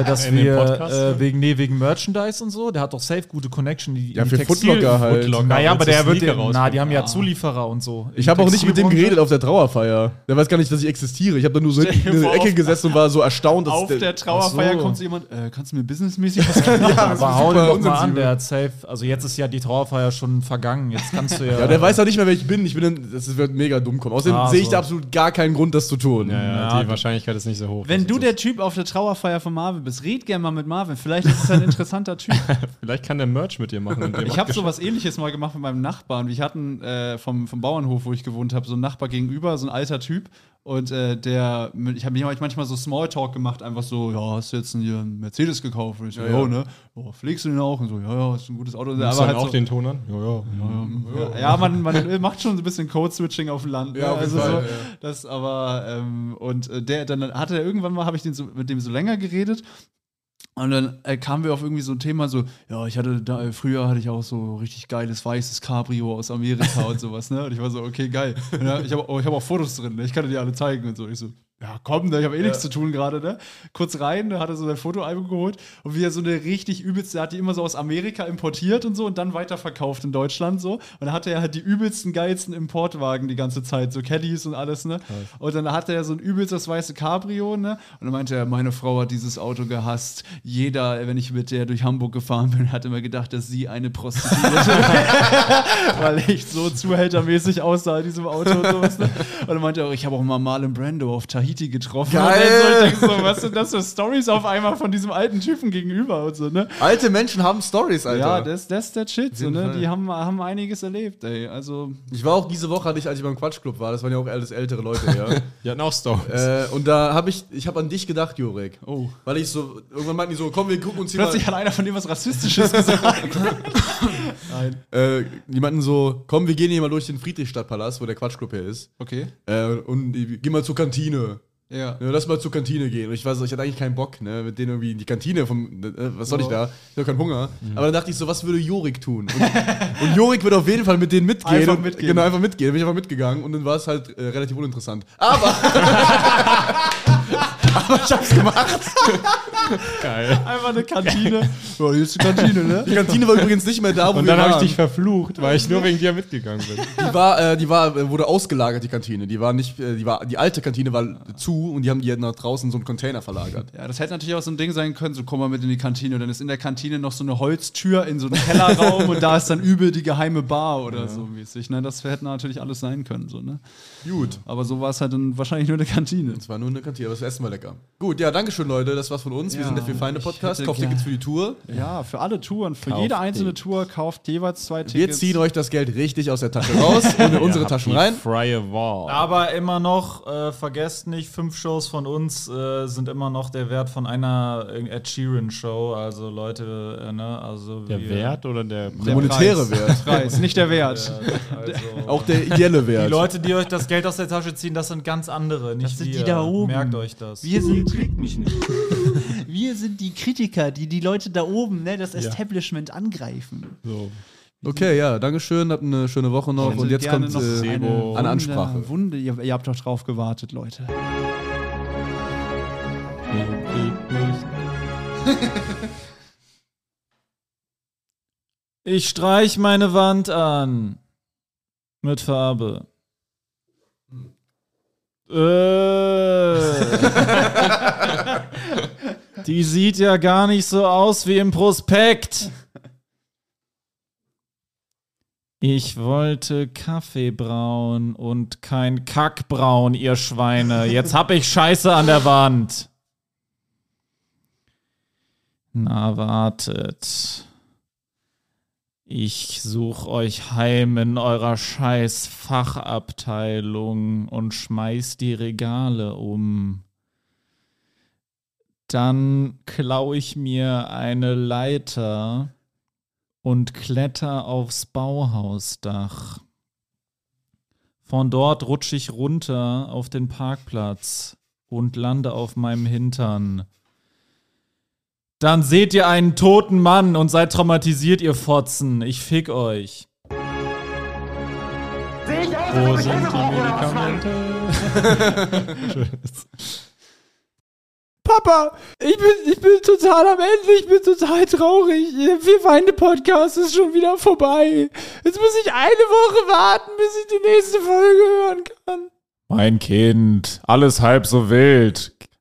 C: äh, dass
F: In den
C: wir
F: Podcast?
C: äh, wegen, nee, wegen Merchandise und so, der hat doch safe gute Connection. Die,
A: Ja,
C: in
A: für
C: die Textil-
A: Footlocker halt.
F: Footlocker.
C: Naja, aber
F: Willst du
C: der wird,
F: Sneaker
C: den, na, die
F: rausbringen?
C: haben ja Zulieferer und so.
A: Ich habe auch nicht mit dem geredet auf der Trauerfeier. Der weiß gar nicht, dass ich existiere. Ich habe da nur du so in
B: dir
A: der
B: vor,
A: Ecke
B: auf-
A: gesessen und war so erstaunt, dass
B: Auf der Trauerfeier kommt so jemand, äh, kannst du mir businessmäßig was geben?
C: Aber hau den doch
A: super
C: mal an,
A: unsensibel.
C: der hat safe. Also jetzt ist ja die Trauerfeier schon vergangen. Jetzt kannst du ja.
A: Ja, der weiß ja nicht mehr, wer ich bin. Ich bin dann, das wird mega dumm kommen. Außerdem
C: Ah,
A: sehe ich
C: so.
A: da absolut gar keinen Grund, das zu tun.
F: Ja, die Wahrscheinlichkeit ist nicht so hoch.
B: Wenn
F: dass
B: du
F: es
B: der Typ auf der Trauerfeier von Marvin bist, red gerne mal mit Marvin. Vielleicht ist es ein interessanter Typ.
F: so- Vielleicht kann der Merch mit dir machen. und dem
B: Ich habe
F: abgesch-
B: sowas ähnliches mal gemacht mit meinem Nachbarn. Wir hatten äh, vom, vom Bauernhof, wo ich gewohnt habe, so einen Nachbar gegenüber, so ein alter Typ. Und äh, der, ich habe mich manchmal so Smalltalk gemacht, einfach so, ja, hast du jetzt einen, hier einen Mercedes gekauft? Und ich so, ja, ne? Boah, pflegst du den auch? Und so, ja, ja, ist ein gutes Auto.
F: Nimmst du
B: Aber
F: dann
B: halt
F: auch
B: so,
F: den Ton an? Ja, ja.
B: ja, ja, man, man macht schon so ein bisschen Code-Switching auf dem Land. Ne?
A: Ja, auf jeden
B: also
A: Fall,
B: so,
A: ja.
B: das aber, ähm, und äh, der, dann hatte er irgendwann mal, habe ich den so, mit dem so länger geredet. Und dann äh, kamen wir auf irgendwie so ein Thema, so, ja, ich hatte da, äh, früher hatte ich auch so richtig geiles weißes Cabrio aus Amerika und sowas, ne? Und ich war so, okay, geil. Und, ja, ich habe ich hab auch Fotos drin, ne? ich kann dir die alle zeigen und so. Ich so, ja, komm, ne? ich habe eh nichts zu tun gerade, ne? Kurz rein, ne? hat er so sein Fotoalbum geholt und wie er so eine richtig übelste, er hat die immer so aus Amerika importiert und so und dann weiterverkauft in Deutschland so. Und dann hatte er halt die übelsten, geilsten Importwagen die ganze Zeit, so Caddies und alles, ne? Und dann hatte er so ein übelstes weiße Cabrio, ne? Und dann meinte er, meine Frau hat dieses Auto gehasst. Jeder, wenn ich mit der durch Hamburg gefahren bin, hat immer gedacht, dass sie eine Prostituierte weil ich so zuhältermäßig aussah in diesem Auto und sowas. Ne? Und dann meinte er, auch, ich habe auch mal Marlon Brando auf Tahiti getroffen.
A: Geil!
B: Und dann so, ich denk so, was sind das für Stories auf einmal von diesem alten Typen gegenüber und so, ne?
A: Alte Menschen haben Stories, Alter.
B: Ja, das, das ist der Shit, so,
A: jeden
B: ne?
A: Fall.
B: Die haben, haben einiges erlebt, ey. Also,
A: Ich war auch diese Woche, hatte ich, als ich beim Quatschclub war, das waren ja auch alles ältere Leute,
F: Die hatten auch Stories.
A: ja. äh, und da habe ich, ich habe an dich gedacht, Jurek.
B: Oh.
A: Weil ich so, irgendwann meinten die so, komm, wir gucken uns hier
B: plötzlich hat einer von dem was Rassistisches gesagt.
A: mal. Äh, die meinten so, komm, wir gehen hier mal durch den Friedrichstadtpalast, wo der Quatschclub hier ist.
B: Okay.
A: Äh, und die, geh mal zur Kantine.
B: Ja.
A: Ja, lass mal zur Kantine gehen. Und ich weiß, ich hatte eigentlich keinen Bock, ne, mit denen irgendwie in die Kantine vom, äh, was soll ich da? Ich habe keinen Hunger.
B: Mhm.
A: Aber dann dachte ich so, was würde Jorik tun? Und, und Jorik wird auf jeden Fall mit denen mitgehen.
B: Einfach
A: und,
B: mitgehen.
A: Genau, einfach mitgehen. Dann bin ich einfach mitgegangen und dann war es halt äh, relativ uninteressant. Aber, aber ich hab's gemacht.
F: Geil.
B: Einfach eine Kantine. ja, hier ist die Kantine, ne?
A: Die Kantine war übrigens nicht mehr da, wo
F: Und
A: wir
F: dann habe ich
A: waren.
F: dich verflucht, weil ich nur wegen dir mitgegangen bin.
A: Die war, äh, die war, äh, wurde ausgelagert, die Kantine. Die war nicht, äh, die war, die alte Kantine war zu und die haben die nach draußen in so einen Container verlagert.
B: Ja, das hätte natürlich auch so ein Ding sein können, so komm mal mit in die Kantine. Und dann ist in der Kantine noch so eine Holztür in so einen Kellerraum und da ist dann übel die geheime Bar oder so mäßig. Ne? Das hätte natürlich alles sein können, so, ne?
A: Gut.
B: Aber so war es halt dann wahrscheinlich nur eine Kantine.
A: Es war nur eine Kantine, aber das Essen war lecker. Gut, ja, Dankeschön, Leute. Das war's von uns. Wir
B: Ja,
A: sind der
B: ich
A: Vier-Feinde-Podcast.
B: hätte
A: Kauft
B: gern-
A: Tickets für die Tour.
B: Ja, für alle Touren, für jede einzelne Tour kauft jeweils zwei Tickets.
A: Wir ziehen euch das Geld richtig aus der Tasche raus und in unsere Taschen rein.
F: Freie Wahl.
C: Aber immer noch, äh, vergesst nicht, fünf Shows von uns äh, sind immer noch der Wert von einer äh, Ed Sheeran-Show. Also Leute, äh, ne, also
F: Der
C: wir- äh,
F: Wert oder der
A: Der monetäre Wert.
B: Preis, nicht der Wert.
C: Also,
A: Auch der ideelle
C: die
A: Wert.
C: Leute, die euch das Geld aus der Tasche ziehen, das sind ganz andere, nicht
B: sind
C: wir.
B: die da oben.
C: Merkt euch das.
B: Wir sind, wir sind die Kritiker, die die Leute da oben, ne, das Establishment angreifen.
A: Okay, ja, Dankeschön. Habt eine schöne Woche noch. Und jetzt kommt äh,
F: eine
A: eine Ansprache.
B: Wunde, ihr, ihr habt doch drauf gewartet, Leute.
C: Ich streich meine Wand an. Mit Farbe. Äh. Die sieht ja gar nicht so aus wie im Prospekt. Ich wollte Kaffee brauen und kein Kack brauen, ihr Schweine. Jetzt hab ich Scheiße an der Wand. Na, wartet. Ich such euch heim in eurer scheiß Fachabteilung und schmeiß die Regale um. Dann klau ich mir eine Leiter und kletter aufs Bauhausdach. Von dort rutsche ich runter auf den Parkplatz und lande auf meinem Hintern. Dann seht ihr einen toten Mann und seid traumatisiert, ihr Fotzen. Ich fick euch.
D: Sehe ich aus, als ob ich Hilfe brauche oder was, Mann?
C: Papa, ich bin, ich bin total am Ende, ich bin total traurig. Wir weine Podcast ist schon wieder vorbei. Jetzt muss ich eine Woche warten, bis ich die nächste Folge hören kann. Mein Kind, alles halb so wild.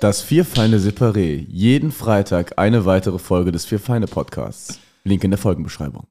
I: Das Vierfeinde Separé. Jeden Freitag eine weitere Folge des Vierfeinde Podcasts. Link in der Folgenbeschreibung.